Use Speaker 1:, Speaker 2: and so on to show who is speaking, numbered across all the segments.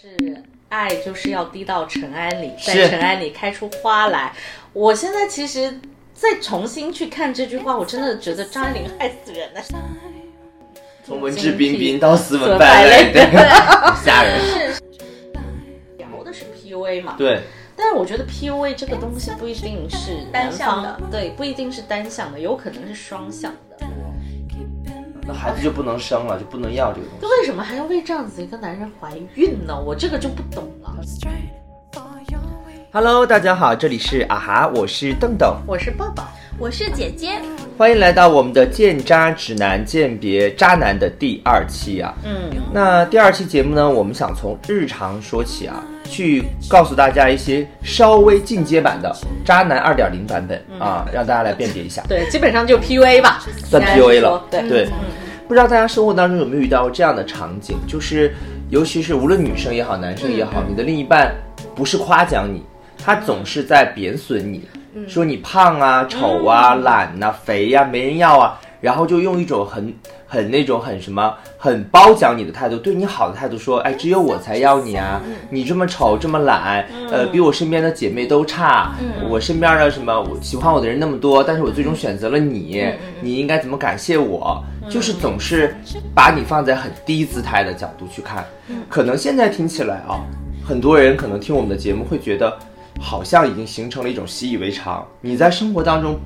Speaker 1: 是爱就是要低到尘埃里，在
Speaker 2: 是
Speaker 1: 尘埃里开出花来。我现在其实再重新去看这句话，我真的觉得张爱玲害死人了。
Speaker 2: 从文质彬彬到斯文
Speaker 1: 败
Speaker 2: 败
Speaker 1: 类
Speaker 2: 类，对，吓人。
Speaker 1: 聊的是 PUA 嘛，
Speaker 2: 对，
Speaker 1: 但是我觉得 PUA 这个东西不一定是
Speaker 3: 单向的
Speaker 1: 男方对，不一定是单向的，有可能是双向的。
Speaker 2: 那孩子就不能生了，就不能要这个东西。
Speaker 1: 为什么还要为这样子一个男人怀孕呢？我这个就不懂了。
Speaker 2: Hello，大家好，这里是啊哈，我是邓邓，
Speaker 1: 我是爸爸，
Speaker 3: 我是姐姐，
Speaker 2: 欢迎来到我们的《见渣指南》鉴别渣男的第二期啊。
Speaker 1: 嗯，
Speaker 2: 那第二期节目呢，我们想从日常说起啊，去告诉大家一些稍微进阶版的渣男二点零版本啊，让大家来辨别一下。
Speaker 1: 对，基本上就 PUA 吧，
Speaker 2: 算
Speaker 1: 应该说
Speaker 2: PUA 了
Speaker 1: 对嗯
Speaker 2: 对不知道大家生活当中有没有遇到过这样的场景，就是尤其是无论女生也好，男生也好，
Speaker 1: 嗯
Speaker 2: 你的另一半不是夸奖你，他总是在贬损你，说你胖啊、丑啊、懒呐、肥呀、没人要啊，然后就用一种很很那种很什么很褒奖你的态度，对你好的态度说，哎，只有我才要你啊，你这么丑这么懒，呃，比我身边的姐妹都差，我身边的什么我喜欢我的人那么多，但是我最终选择了你，你应该怎么感谢我？就是总是把你放在很低姿态的角度去看，可能现在听起来啊，很多人可能听我们的节目会觉得，好像已经形成了一种习以为常。你在生活当中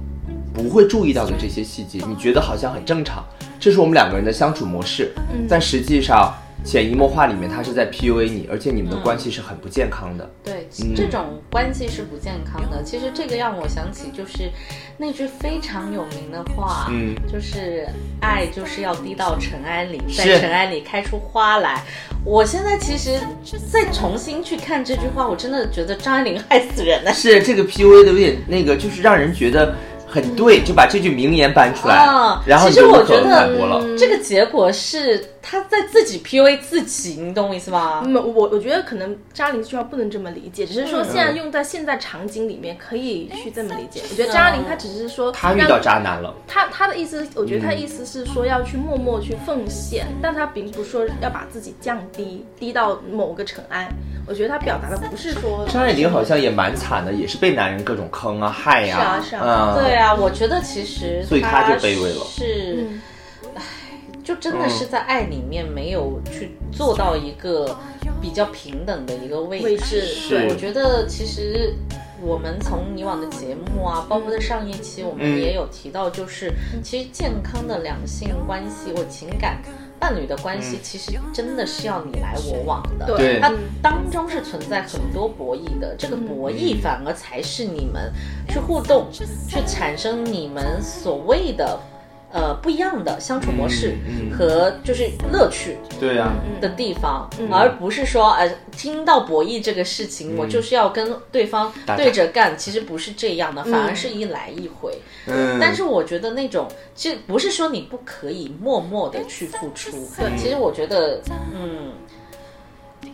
Speaker 2: 不会注意到的这些细节，你觉得好像很正常，这是我们两个人的相处模式。
Speaker 1: 嗯
Speaker 2: 但实际上，潜移默化里面他是在 PUA 你，而且你们
Speaker 1: 嗯
Speaker 2: 的关系是很不健康的。
Speaker 1: 对，
Speaker 2: 嗯
Speaker 1: 这种关系是不健康的。其实这个让我想起就是那句非常有名的话，
Speaker 2: 嗯，
Speaker 1: 就是爱就是要低到尘埃里，
Speaker 2: 是
Speaker 1: 在尘埃里开出花来。我现在其实再重新去看这句话，我真的觉得张爱玲害死人了。
Speaker 2: 是这个 PUA 的有点那个，就是让人觉得很对，就把这句名言搬出来，
Speaker 1: 啊
Speaker 2: 然后你
Speaker 1: 其实
Speaker 2: 就无
Speaker 1: 我
Speaker 2: 可
Speaker 1: 觉
Speaker 2: 反
Speaker 1: 得嗯
Speaker 2: 驳了。
Speaker 1: 这个结果是她在自己 PUA 自己，你懂我意思吗？
Speaker 3: 嗯，我我觉得可能渣林这句话不能这么理解，只是
Speaker 2: 啊
Speaker 3: 说现在用在现在场景里面可以去这么理解。我觉得渣林他只是说
Speaker 2: 他遇
Speaker 3: 让
Speaker 2: 到渣男了，
Speaker 3: 他他的意思，我觉得他意思是说要去默默去奉献，
Speaker 2: 嗯
Speaker 3: 但他并不是说要把自己降低，低到某个尘埃。我觉得他表达的不是说
Speaker 2: 张爱玲好像也蛮惨的，也是被男人各种坑啊、害呀、
Speaker 3: 是啊是啊
Speaker 2: 嗯，
Speaker 1: 对啊，我觉得其实
Speaker 2: 所以
Speaker 1: 他
Speaker 2: 他就卑微了
Speaker 1: 是，唉，就真的是在爱里面没有去做到一个比较平等的一个位置。
Speaker 3: 位置
Speaker 1: 对，
Speaker 2: 是
Speaker 1: 我觉得其实。我们从以往的节目啊，包括在上一期，我们
Speaker 2: 嗯
Speaker 1: 也有提到，就是、其实健康的两性关系或情感伴侣的关系，其实真的是要你来我往的。
Speaker 3: 对
Speaker 2: 嗯对
Speaker 1: 它当中是存在很多博弈的，这个博弈反而才是你们去互动，去产生你们所谓的呃不一样的相处模式
Speaker 2: 嗯嗯
Speaker 1: 和就是乐趣
Speaker 2: 对啊，
Speaker 1: 的地方，而不是说呃听到博弈这个事情，我就是要跟对方
Speaker 2: 嗯打架
Speaker 1: 对着干，其实不是这样的，反而是一来一回。
Speaker 2: 嗯，
Speaker 1: 但是我觉得那种，其实不是说你不可以默默的去付出，对，其实我觉得，嗯，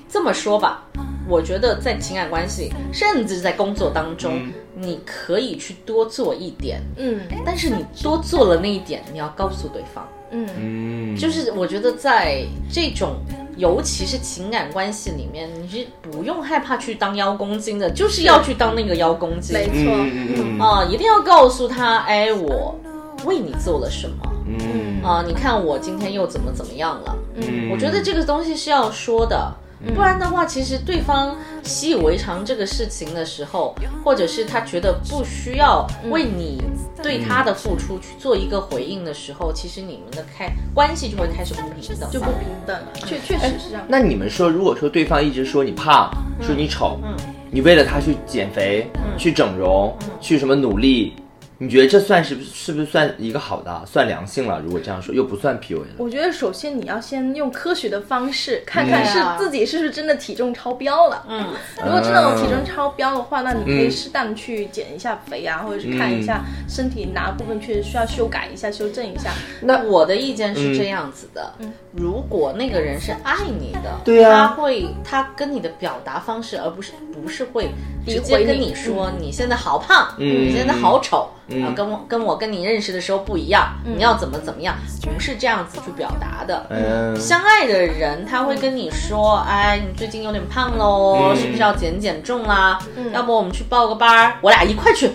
Speaker 1: 这么说吧，我觉得在情感关系，甚至在工作当中，你可以去多做一点，
Speaker 3: 嗯
Speaker 1: 但是你多做了那一点，你要告诉对方，
Speaker 3: 嗯
Speaker 2: 嗯，
Speaker 1: 就是我觉得在这种。尤其是情感关系里面，你是不用害怕去当邀功精的，就是要去当那个邀功精。
Speaker 3: 没
Speaker 2: 嗯
Speaker 3: 错，
Speaker 2: 嗯嗯
Speaker 1: 啊、一定要告诉他，哎，我为你做了什么
Speaker 2: 嗯
Speaker 1: 啊、你看我今天又怎么怎么样了？
Speaker 2: 嗯
Speaker 1: 我觉得这个东西是要说的，不然的话，其实对方习以为常这个事情的时候，或者是他觉得不需要为你对他的付出去做一个回应的时候，其实你们的开关系就会开始不平等，
Speaker 3: 就不平等了，确确实是这样。
Speaker 2: 那你们说，如果说对方一直说你胖，
Speaker 1: 嗯
Speaker 2: 说你丑，你为了他去减肥、去整容、
Speaker 1: 嗯
Speaker 2: 去什么努力，你觉得这算是是不是算一个好的啊，算良性了？如果这样说，又不算 PUA 了。
Speaker 3: 我觉得首先你要先用科学的方式看看
Speaker 2: 嗯
Speaker 3: 是自己是不是真的体重超标了。
Speaker 1: 嗯，
Speaker 3: 如果真的有体重超标的话，那你可以适当的去减一下肥啊，或者是看一下
Speaker 1: 嗯
Speaker 3: 身体哪部分确实需要修改一下、修正一下。
Speaker 1: 那我的意见
Speaker 2: 嗯
Speaker 1: 是这样子的：如果那个人是爱你的，
Speaker 2: 对呀啊
Speaker 1: 他会他跟你的表达方式，而不是不是会直
Speaker 3: 诋
Speaker 1: 接
Speaker 3: 毁
Speaker 1: 跟你说你现在好胖，
Speaker 2: 嗯
Speaker 1: 你现在好丑，啊，跟我跟我跟你认识的时候不一样，你要怎么怎么样，不是这样子去表达的。
Speaker 2: 嗯，
Speaker 1: 相爱的人，他会跟你说：“哎，你最近有点胖喽，
Speaker 2: 嗯
Speaker 1: 是不是要减减重啦？要不我们去报个班儿，我俩一块去。”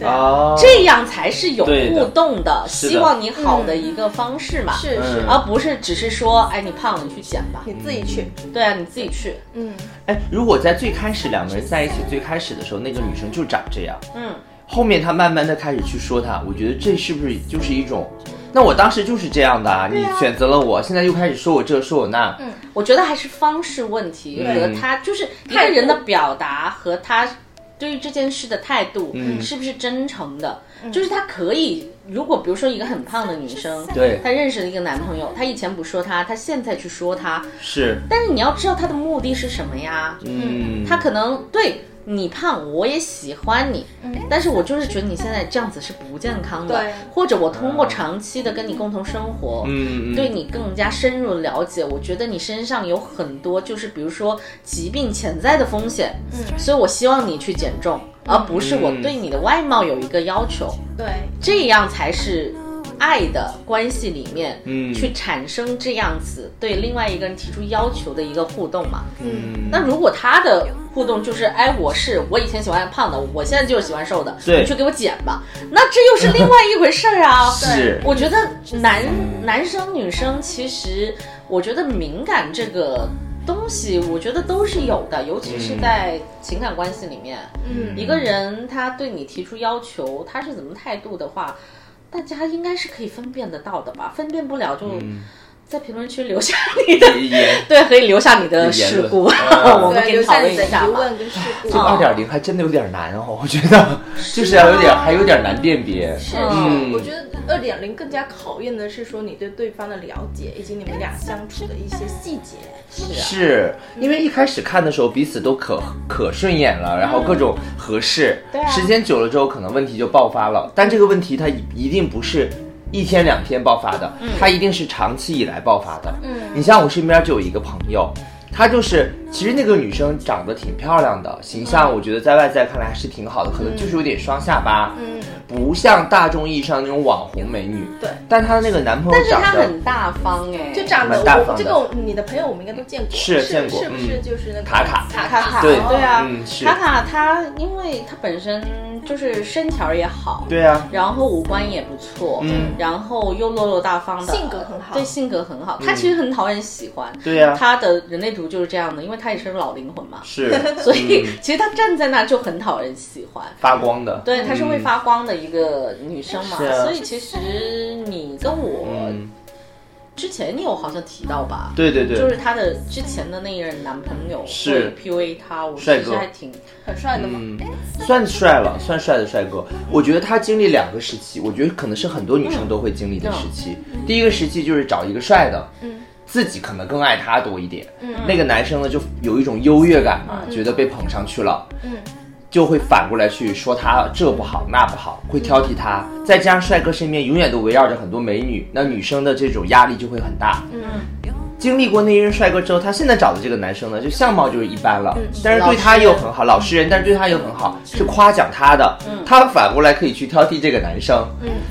Speaker 2: 哦，
Speaker 1: 这样才是有
Speaker 2: 对的
Speaker 1: 互动的，
Speaker 2: 是的
Speaker 1: 希望你好的一个方式嘛，
Speaker 3: 是是，
Speaker 2: 嗯
Speaker 1: 而不是只是说：“哎，你胖了，你去减吧。
Speaker 3: 你自己去，”
Speaker 1: 对啊，你自己去。
Speaker 3: 嗯，
Speaker 2: 哎，如果在最开始两个人在一起最开始的时候，那个女生就长这样，
Speaker 1: 嗯，
Speaker 2: 后面她慢慢的开始去说她，我觉得这是不是就是一种，那我当时就是这样的啊，你选择了我，现在又开始说我这说我那，嗯，
Speaker 1: 我觉得还是方式问题和
Speaker 2: 嗯
Speaker 1: 他就是一个人的表达和他对于这件事的态度
Speaker 2: 嗯
Speaker 1: 是不是真诚的，就是他可以。如果比如说一个很胖的女生，
Speaker 2: 对
Speaker 1: 她认识了一个男朋友，她以前不说他，她现在去说他，
Speaker 2: 是，
Speaker 1: 但是你要知道她的目的是什么呀？
Speaker 2: 嗯，
Speaker 1: 她可能对你胖，我也喜欢你，但嗯是我就是嗯觉得你现在这样子是不健康的
Speaker 3: 对，
Speaker 1: 或者我通过长期的跟你共同生活，
Speaker 2: 嗯，嗯
Speaker 1: 对，你更加深入的了解，我觉得你身上有很多，就是比如说疾病潜在的风险，嗯，所以我希望你去减重，而不是我对你的外貌有一个要求，
Speaker 3: 对，
Speaker 1: 这样才是爱的关系里面，
Speaker 2: 嗯
Speaker 1: 去产生这样子对另外一个人提出要求的一个互动嘛。
Speaker 2: 嗯，
Speaker 1: 那如果他的互动就是，哎，我是我以前喜欢胖的，我现在就是喜欢瘦的，
Speaker 2: 对
Speaker 1: 你去给我减吧，那这又是另外一回事儿啊。
Speaker 2: 是
Speaker 1: 我觉得男男生女生其实，我觉得敏感这个东西，我觉得都是有的，尤其
Speaker 2: 嗯
Speaker 1: 是在情感关系里面，
Speaker 3: 嗯
Speaker 1: 一个人他对你提出要求，他是怎么态度的话，大家应该是可以分辨得到的吧？分辨不了就
Speaker 2: 嗯
Speaker 1: 在评论区留下 你的。
Speaker 2: 也 也
Speaker 1: 对，可以留下你的
Speaker 2: 言
Speaker 1: 事
Speaker 2: 论
Speaker 1: 故，
Speaker 2: 嗯
Speaker 1: 我们
Speaker 3: 对，
Speaker 1: 给你
Speaker 3: 留
Speaker 1: 讨
Speaker 3: 下
Speaker 1: 论
Speaker 3: 你
Speaker 1: 一
Speaker 3: 的
Speaker 1: 下
Speaker 3: 疑
Speaker 1: 吧。
Speaker 3: 问跟事故
Speaker 2: 这。个二点零还真的有点难哦，我觉得就是要有点，还有点难辨别，
Speaker 3: 是
Speaker 1: 嗯
Speaker 3: 是，我觉得二点零更加考验的是说你对对方的了解，以及你们俩相处的一些细节。
Speaker 2: 是因为一开始看的时候彼此都可可顺眼了，然后各种合适，
Speaker 1: 对啊
Speaker 2: 时间久了之后可能问题就爆发了。但这个问题它一一定不是一天两天爆发的，它一定是长期以来爆发的。嗯，你像我身边就有一个朋友。她就是，其实那个女生长得挺漂亮的，形象我觉得在外在看来还是挺好的，可能就是有点双下巴，
Speaker 3: 嗯，
Speaker 2: 不像大众意义上那种网红美女。
Speaker 3: 对
Speaker 2: 但她那个男朋友
Speaker 1: 但是
Speaker 2: 长
Speaker 1: 他
Speaker 2: 得
Speaker 1: 很大方哎，
Speaker 3: 就长得
Speaker 2: 蛮大方
Speaker 3: 我
Speaker 2: 的
Speaker 3: 这个你的朋友我们应该都见过，
Speaker 2: 是
Speaker 3: 是
Speaker 2: 见过
Speaker 3: 是不是
Speaker 2: 嗯
Speaker 3: 就是那个
Speaker 2: 卡卡
Speaker 3: 卡哦
Speaker 1: 卡卡，
Speaker 2: 对
Speaker 1: 对啊，
Speaker 2: 嗯是
Speaker 1: 卡卡他，因为他本身就是身条也好，
Speaker 2: 对啊，
Speaker 1: 然后五官也不错，
Speaker 2: 嗯
Speaker 1: 然后又落落大方的，
Speaker 3: 性格很好
Speaker 1: 对性格很好。他其实很讨人喜欢，
Speaker 2: 嗯对呀
Speaker 1: 他的人类图就是这样的，因为他也是老灵魂嘛，
Speaker 2: 是
Speaker 1: 所以
Speaker 2: 嗯
Speaker 1: 其实他站在那就很讨人喜欢。
Speaker 2: 发光的，
Speaker 1: 对，她是会
Speaker 2: 嗯
Speaker 1: 发光的一个女生嘛，
Speaker 2: 是啊
Speaker 1: 所以其实你跟我
Speaker 2: 嗯
Speaker 1: 之前你有好像提到吧？
Speaker 2: 对对对，
Speaker 1: 就是她的之前的那一任男朋友
Speaker 2: 嗯是
Speaker 1: 会 PUA 她，我
Speaker 2: 帅
Speaker 1: 其
Speaker 2: 哥
Speaker 1: 实还挺
Speaker 3: 很帅的嘛，
Speaker 2: 嗯
Speaker 3: 哎
Speaker 2: 算帅了，算帅的帅哥。我觉得他经历两个时期，我觉得可能是很多女
Speaker 1: 嗯
Speaker 2: 生都会经历的时期。第一个时期就是找一个帅的，自己可能更爱他多一点。那个男生呢，就有一种优越感嘛，觉得被捧上去了，就会反过来去说他这不好那不好，会挑剔他。再加上帅哥身边永远都围绕着很多美女，那女生的这种压力就会很大。经历过那一任帅哥之后，她现在找的这个男生呢，就相貌就是一般了，但是对她又很好，老实人，但是对她又很好，是夸奖她的，她反过来可以去挑剔这个男生，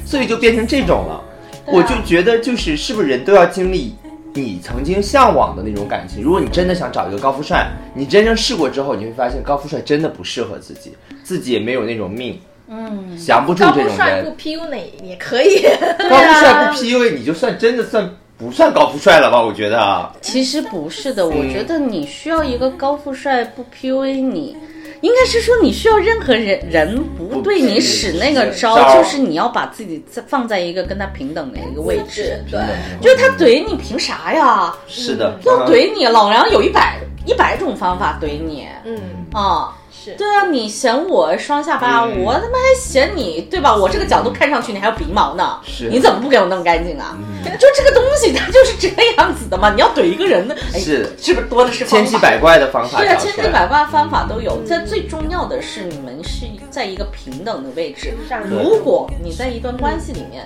Speaker 2: 所以就变成这种了。我就觉得就是是不是人都要经历你曾经向往的那种感情？如果你真的想找一个高富帅，你真正试过之后，你会发现高富帅真的不适合自己，自己也没有那种命，嗯，降不住
Speaker 3: 高
Speaker 2: 这
Speaker 3: 富
Speaker 2: 种
Speaker 3: 帅
Speaker 2: 人
Speaker 3: 不。PU 你也可 以，
Speaker 2: 高富帅不 PUA 你就算真的算不算高富帅了吧？我觉得啊。
Speaker 1: 其实不是
Speaker 2: 嗯
Speaker 1: 的，我觉得你需要一个高富帅不 PUA 你，应该是说你需要任何人人不对你使那个
Speaker 2: 不
Speaker 1: 招，
Speaker 2: 对
Speaker 1: 就是你要把自己在放在一个跟他平等的一个位置。
Speaker 3: 对，
Speaker 1: 就是他怼你凭啥呀？
Speaker 2: 是的，嗯
Speaker 1: 要怼你，老娘有一百一百种方法怼你。
Speaker 3: 嗯，
Speaker 1: 啊，
Speaker 3: 是
Speaker 1: 对啊，你嫌我双下巴，
Speaker 2: 嗯
Speaker 1: 我他妈还嫌你，对吧？我这个角度看上去你还有鼻毛呢，
Speaker 2: 是嗯
Speaker 1: 你怎么不给我弄干净啊？就这个东西它就是这样子的嘛，你要怼一个人呢，哎，
Speaker 2: 是
Speaker 1: 是不是多的是方
Speaker 2: 千
Speaker 1: 法
Speaker 2: 奇百怪的方法
Speaker 1: 对啊，
Speaker 2: 找出
Speaker 1: 千
Speaker 2: 来，
Speaker 1: 奇百怪方法都有，但最重要的是你们是在一个平等的位置。
Speaker 3: 上
Speaker 1: 如果你在一段关系里面，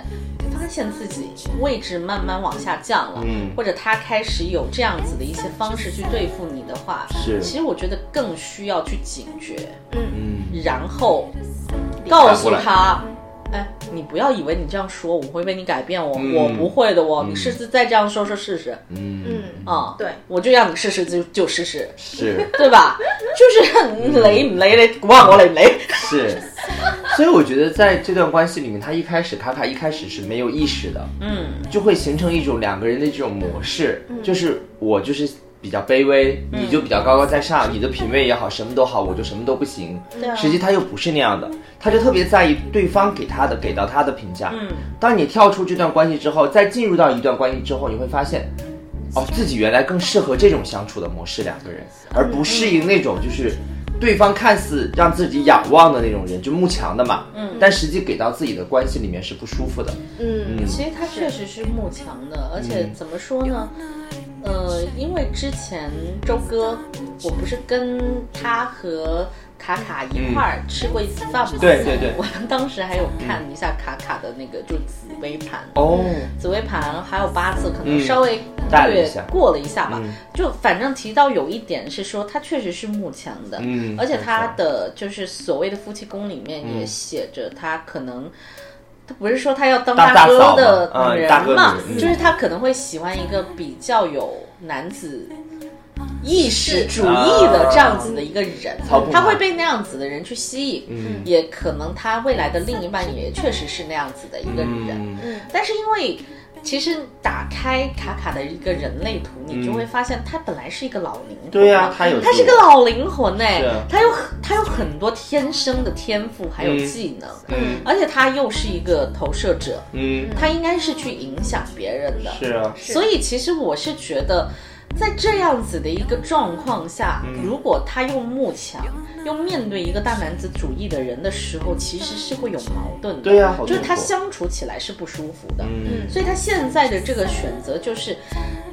Speaker 1: 发发现自己位置慢慢往下降了，
Speaker 2: 嗯
Speaker 1: 或者他开始有这样子的一些方式去对付你的话，
Speaker 2: 是
Speaker 1: 其实我觉得更需要去警觉，
Speaker 2: 嗯，
Speaker 1: 然后告诉
Speaker 2: 反过
Speaker 1: 他，哎，你不要以为你这样说我会为你改变我，
Speaker 2: 嗯
Speaker 1: 我不会的哦，你试试再这样说说试试
Speaker 2: 嗯，
Speaker 3: 嗯，
Speaker 1: 啊、
Speaker 3: 对
Speaker 1: 我就让你试试就就试试，
Speaker 2: 是
Speaker 1: 对吧？
Speaker 2: 嗯
Speaker 1: 就是雷唔雷雷，管我雷唔雷，
Speaker 2: 是，所以我觉得在这段关系里面，他一开始卡卡一开始是没有意识的，
Speaker 1: 嗯。
Speaker 2: 就会形成一种两个人的这种模式，就是我就是比较卑微，
Speaker 1: 嗯
Speaker 2: 你就比较高高在上，你的品味也好，什么都好，我就什么都不行。
Speaker 1: 啊
Speaker 2: 实际他又不是那样的，他就特别在意对方给他的给到他的评价。嗯，当你跳出这段关系之后，再进入到一段关系之后，你会发现。哦，自己原来更适合这种相处的模式，两个人，而不适应那种就是对方看似让自己仰望的那种人，就慕强的嘛。嗯，但实际给到自己的关系里面是不舒服的。
Speaker 3: 嗯，
Speaker 1: 其实他确实是慕强的，而且
Speaker 2: 嗯
Speaker 1: 怎么说呢？呃，因为之前周哥，我不是跟他和卡卡一块儿吃过一次饭吗？
Speaker 2: 嗯对对对
Speaker 1: 我当时还有看一下卡卡的那个就紫薇盘。
Speaker 2: 哦，
Speaker 1: 紫薇盘还有八字，可能
Speaker 2: 嗯
Speaker 1: 稍微
Speaker 2: 带了
Speaker 1: 略
Speaker 2: 一下
Speaker 1: 过了一下吧。
Speaker 2: 嗯
Speaker 1: 就反正提到有一点是说，他确实是慕强的，
Speaker 2: 嗯
Speaker 1: 而且他
Speaker 2: 没错
Speaker 1: 的就是所谓的夫妻宫里面也写着他可能。他不是说他要当
Speaker 2: 当大
Speaker 1: 哥
Speaker 2: 嫂
Speaker 1: 的
Speaker 2: 嘛嗯
Speaker 1: 人
Speaker 2: 大哥
Speaker 1: 嘛，
Speaker 2: 女嗯
Speaker 1: 就是他可能会喜欢一个比较有男子意识主义的这样子的一个人
Speaker 2: 操控，他
Speaker 1: 他会被那样子的人去吸引，
Speaker 2: 嗯
Speaker 1: 也可能他未来的另一半也确实是那样子的一个人。
Speaker 2: 嗯
Speaker 1: 但是因为其实打开卡卡的一个人类图，你就会发现他本来是一个老灵魂，
Speaker 2: 对呀、他有
Speaker 1: 他是个
Speaker 2: 这
Speaker 1: 老灵魂哎、
Speaker 2: 是啊
Speaker 1: 他有很他有很多天生的天赋还有技能，
Speaker 2: 嗯
Speaker 1: 而且他又是一个投射者，
Speaker 2: 嗯，
Speaker 1: 他应该是去影响别人的，
Speaker 2: 是啊，
Speaker 1: 所以其实我是觉得，在这样子的一个状况下，
Speaker 2: 嗯
Speaker 1: 如果他又慕强，又面对一个大男子主义的人的时候，其实是会有矛盾的。
Speaker 2: 对呀好
Speaker 1: 就是他
Speaker 2: 痛苦
Speaker 1: 相处起来是不舒服的。
Speaker 2: 嗯，
Speaker 1: 所以他现在的这个选择就是，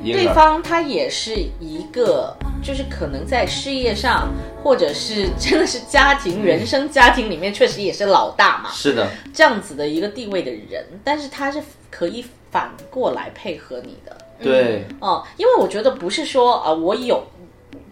Speaker 2: 婴
Speaker 1: 对
Speaker 2: 儿
Speaker 1: 方他也是一个，就是可能在事业上，或者是真的是家庭、原生家庭里面，确实也是老大嘛。
Speaker 2: 是的，
Speaker 1: 这样子的一个地位的人，但是他是可以反过来配合你的
Speaker 2: 对，
Speaker 1: 哦、因为我觉得不是说啊、呃我有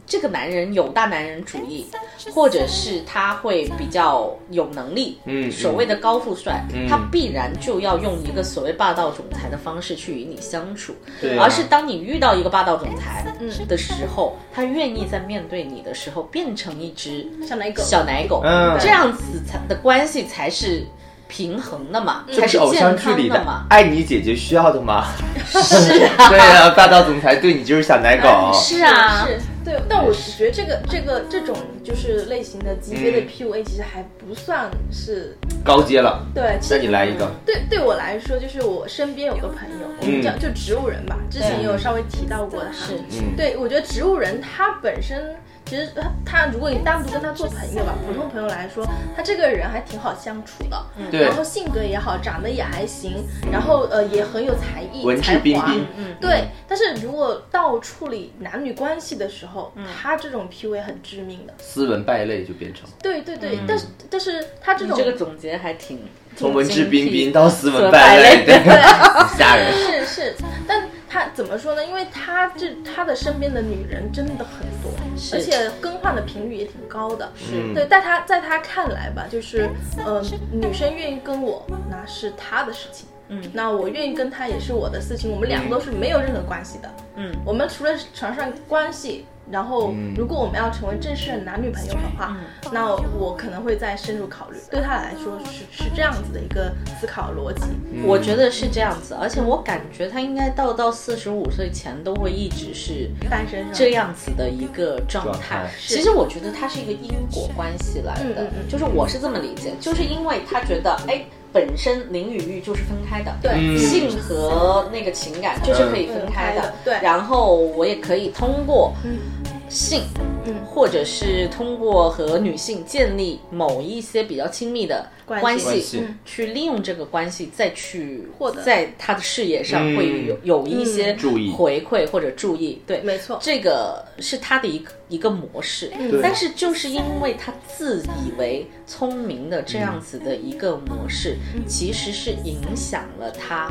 Speaker 1: 这个男人有大男人主义，或者是他会比较有能力，
Speaker 2: 嗯嗯嗯
Speaker 1: 所谓的高富帅，他必然就要用一个所谓霸道总裁的方式去与你相处，
Speaker 2: 对啊
Speaker 1: 而是当你遇到一个霸道总裁的时候，他愿意在面对你的时候变成一只
Speaker 3: 小奶狗，
Speaker 1: 小奶狗，
Speaker 2: 嗯
Speaker 1: 这样子才的关系才是平衡的嘛，才
Speaker 2: 这是偶
Speaker 1: 健
Speaker 2: 像剧
Speaker 1: 康
Speaker 2: 里
Speaker 1: 的
Speaker 2: 的
Speaker 1: 嘛。
Speaker 2: 爱你姐姐需要的吗？是啊，对啊，霸道总裁对你就是小奶狗，
Speaker 1: 是啊，
Speaker 3: 是，对，但我觉得这个这个这种就是类型的级别的
Speaker 2: 嗯
Speaker 3: PUA 其实还不算是
Speaker 2: 高阶了，
Speaker 3: 对，
Speaker 2: 嗯
Speaker 3: 其
Speaker 2: 那
Speaker 3: 实
Speaker 2: 你来一个，
Speaker 3: 对对我来说，就是我身边有个朋友，我们叫就植物人吧，之前也有稍微提到过他。
Speaker 1: 是
Speaker 2: 嗯
Speaker 3: 对，我觉得植物人他本身。其实他，他如果你单独跟他做朋友吧，
Speaker 1: 嗯
Speaker 3: 普通朋友来说，他这个人还挺好相处的，
Speaker 2: 对
Speaker 3: 然，后性格也好，长得也还行，然后呃也很有才艺、
Speaker 2: 文质
Speaker 3: 才
Speaker 2: 彬
Speaker 3: 华嗯
Speaker 2: 彬，
Speaker 1: 嗯
Speaker 3: 对，但是如果到处理男女关系的时候，
Speaker 1: 嗯
Speaker 3: 他这种 PUA 很致命的。
Speaker 2: 斯文败类就变成
Speaker 3: 对对对，但是但是他这
Speaker 1: 嗯你
Speaker 3: 种
Speaker 1: 这个 总结还挺
Speaker 2: 从文质彬彬
Speaker 1: 挺
Speaker 2: 到斯文败类，
Speaker 1: 斯文败类
Speaker 2: 对，很吓人，
Speaker 3: 是是，但他怎么说呢？因为他这他的身边的女人真的很多，而且更换的频率也挺高的。
Speaker 2: 嗯
Speaker 3: 对，在他在他看来吧，就是呃，女生愿意跟我那是她的事情。嗯，那我愿意跟他也是我的事情，我们两个都是没有任何关系的。
Speaker 1: 嗯，
Speaker 3: 我们除了床上关系，然后如果我们要成为正式的男女朋友的话，那我可能会再深入考虑。对他来说是是这样子的一个思考逻辑。
Speaker 1: 我觉得是这样
Speaker 3: 嗯
Speaker 1: 子，而且我感觉他应该到到四十五岁前都会一直是
Speaker 3: 单身是吧
Speaker 1: 这样子的一个状
Speaker 2: 状态
Speaker 1: 其实我觉得它是一个因果关系来的，
Speaker 3: 嗯嗯嗯
Speaker 1: 就是我是这么理解，就是因为他觉得哎。本身灵与欲就是分开的，
Speaker 3: 对嗯
Speaker 1: 性和那个情感就是可以分开的
Speaker 3: 嗯，对
Speaker 1: 然后我也可以通过性，嗯，或者是通过和女性建立某一些比较亲密的
Speaker 3: 关
Speaker 1: 关
Speaker 3: 系
Speaker 2: 关系嗯
Speaker 1: 去利用这个关系再去
Speaker 3: 获得嗯
Speaker 1: 在他的事业上会有、有一些
Speaker 2: 嗯注意
Speaker 1: 回馈或者注意，对，
Speaker 3: 没错嗯
Speaker 1: 这个是他的一个一个模式，但是就是因为他自以为聪明的这样子的一个模式，
Speaker 3: 嗯
Speaker 1: 其实是影响了他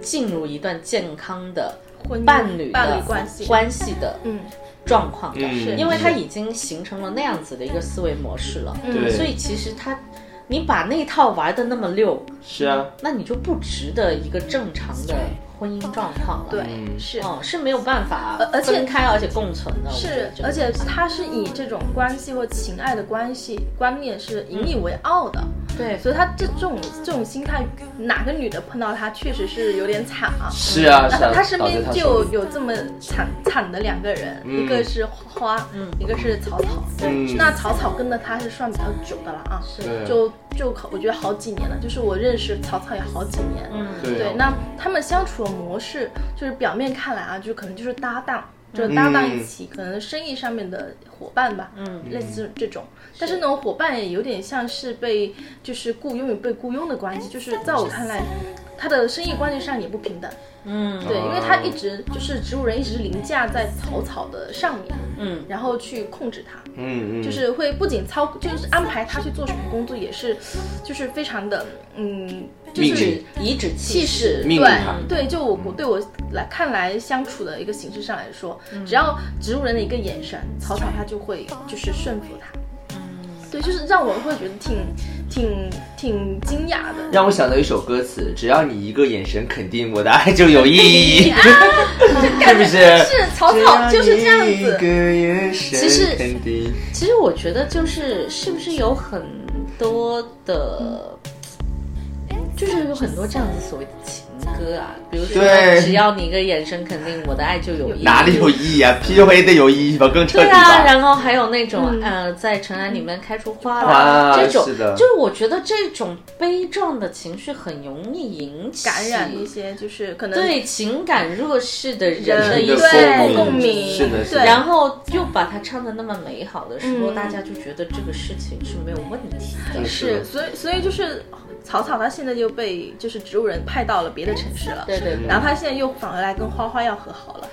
Speaker 1: 进入一段健康的
Speaker 3: 婚姻
Speaker 1: 伴侣的
Speaker 3: 伴侣关系
Speaker 1: 关系的
Speaker 3: 嗯，
Speaker 1: 状况的，
Speaker 2: 嗯
Speaker 1: 因为他已经形成了那样子的一个思维模式了，
Speaker 3: 嗯
Speaker 2: 对
Speaker 1: 所以其实他，你把那套玩的那么溜，
Speaker 2: 是啊，
Speaker 1: 那你就不值得一个正常的婚姻状况了。
Speaker 3: 对，，是。
Speaker 1: 哦，是没有办法
Speaker 3: 而且
Speaker 1: 分开而且共存的，
Speaker 3: 是
Speaker 1: 我觉，得
Speaker 3: 而且他是以这种关系或情爱的关系观念是引以为傲的，
Speaker 1: 嗯对，
Speaker 3: 所以他这这种这种心态，哪个女的碰到他确实是有点惨啊。
Speaker 2: 是啊，是啊，
Speaker 3: 他身
Speaker 2: 倒在
Speaker 3: 边
Speaker 2: 他手
Speaker 3: 就
Speaker 2: 里
Speaker 3: 有这么惨惨的两个人，
Speaker 1: 嗯
Speaker 3: 一个是花花，一个是草草。
Speaker 2: 嗯
Speaker 3: 那草草跟了他是算比较久的了啊，
Speaker 2: 对
Speaker 3: 就就可我觉得好几年了，就是我认识草草也好几年。
Speaker 1: 嗯，
Speaker 2: 对
Speaker 3: 对，
Speaker 2: 啊
Speaker 3: 那他们相处的模式，就是表面看来啊，就可能就是搭档，
Speaker 1: 嗯
Speaker 3: 就是搭档一起，可能生意上面的伙伴吧，
Speaker 1: 嗯，
Speaker 3: 类似这种。但是那种伙伴也有点像是被就是雇佣与被雇佣的关系，
Speaker 1: 哎
Speaker 3: 就是在我看来，他的生意关系上也不平等。
Speaker 1: 嗯，
Speaker 3: 对，因为他一直就是植物人，一直凌驾在草草的上面，
Speaker 1: 嗯，
Speaker 3: 然后去控制他，
Speaker 2: 嗯嗯，
Speaker 3: 就是会不仅操，就是安排他去做什么工作，也是，就是非常的，嗯，就
Speaker 2: 命
Speaker 3: 是
Speaker 2: 令。
Speaker 1: 颐指
Speaker 3: 气
Speaker 1: 气
Speaker 3: 势，
Speaker 2: 命令他
Speaker 3: 对对，就我我对我来看来相处的一个形式上来说，只要植物人的一个眼神，草草他就会就是顺服他。对，就是让我会觉得挺挺挺惊讶 的。
Speaker 2: 让我想到一首歌词：只要你一个眼神肯定我的爱就有意义， 是不是？
Speaker 3: 啊是草草就是这样
Speaker 2: 只要你一个
Speaker 3: 子，
Speaker 2: 眼神
Speaker 1: 其实
Speaker 2: 肯定
Speaker 1: 其实我觉得就是是不是有很多的，就是有很多这样子所谓的情歌啊，比如说
Speaker 2: 对
Speaker 1: 只要你一个眼神肯定我的爱就有意义，
Speaker 2: 哪里有意义啊？PUA 的有意义吧，更彻
Speaker 1: 对
Speaker 2: 底
Speaker 1: 啊，
Speaker 2: 吧。
Speaker 1: 然后还有那种、
Speaker 3: 嗯
Speaker 1: 呃，在尘埃里面开出花来、
Speaker 2: 啊
Speaker 1: 这种，
Speaker 2: 是的
Speaker 1: 就是我觉得这种悲壮的情绪很容易引起
Speaker 3: 感染一些就是可能
Speaker 1: 对情感弱势的人
Speaker 3: 人
Speaker 1: 的一
Speaker 2: 的
Speaker 1: 些
Speaker 3: 对
Speaker 2: 共
Speaker 3: 共
Speaker 2: 鸣
Speaker 3: 鸣，
Speaker 2: 是的是的
Speaker 3: 对，
Speaker 1: 然后又把它唱的那么美好的时候，
Speaker 3: 嗯
Speaker 1: 大家就觉得这个事情是没有问题的。
Speaker 3: 是，所以所以就是哦草草他现在就被就是植物人派到了别的城市了，
Speaker 1: 对对对，
Speaker 3: 然后他现在又返回来跟花花要和好了。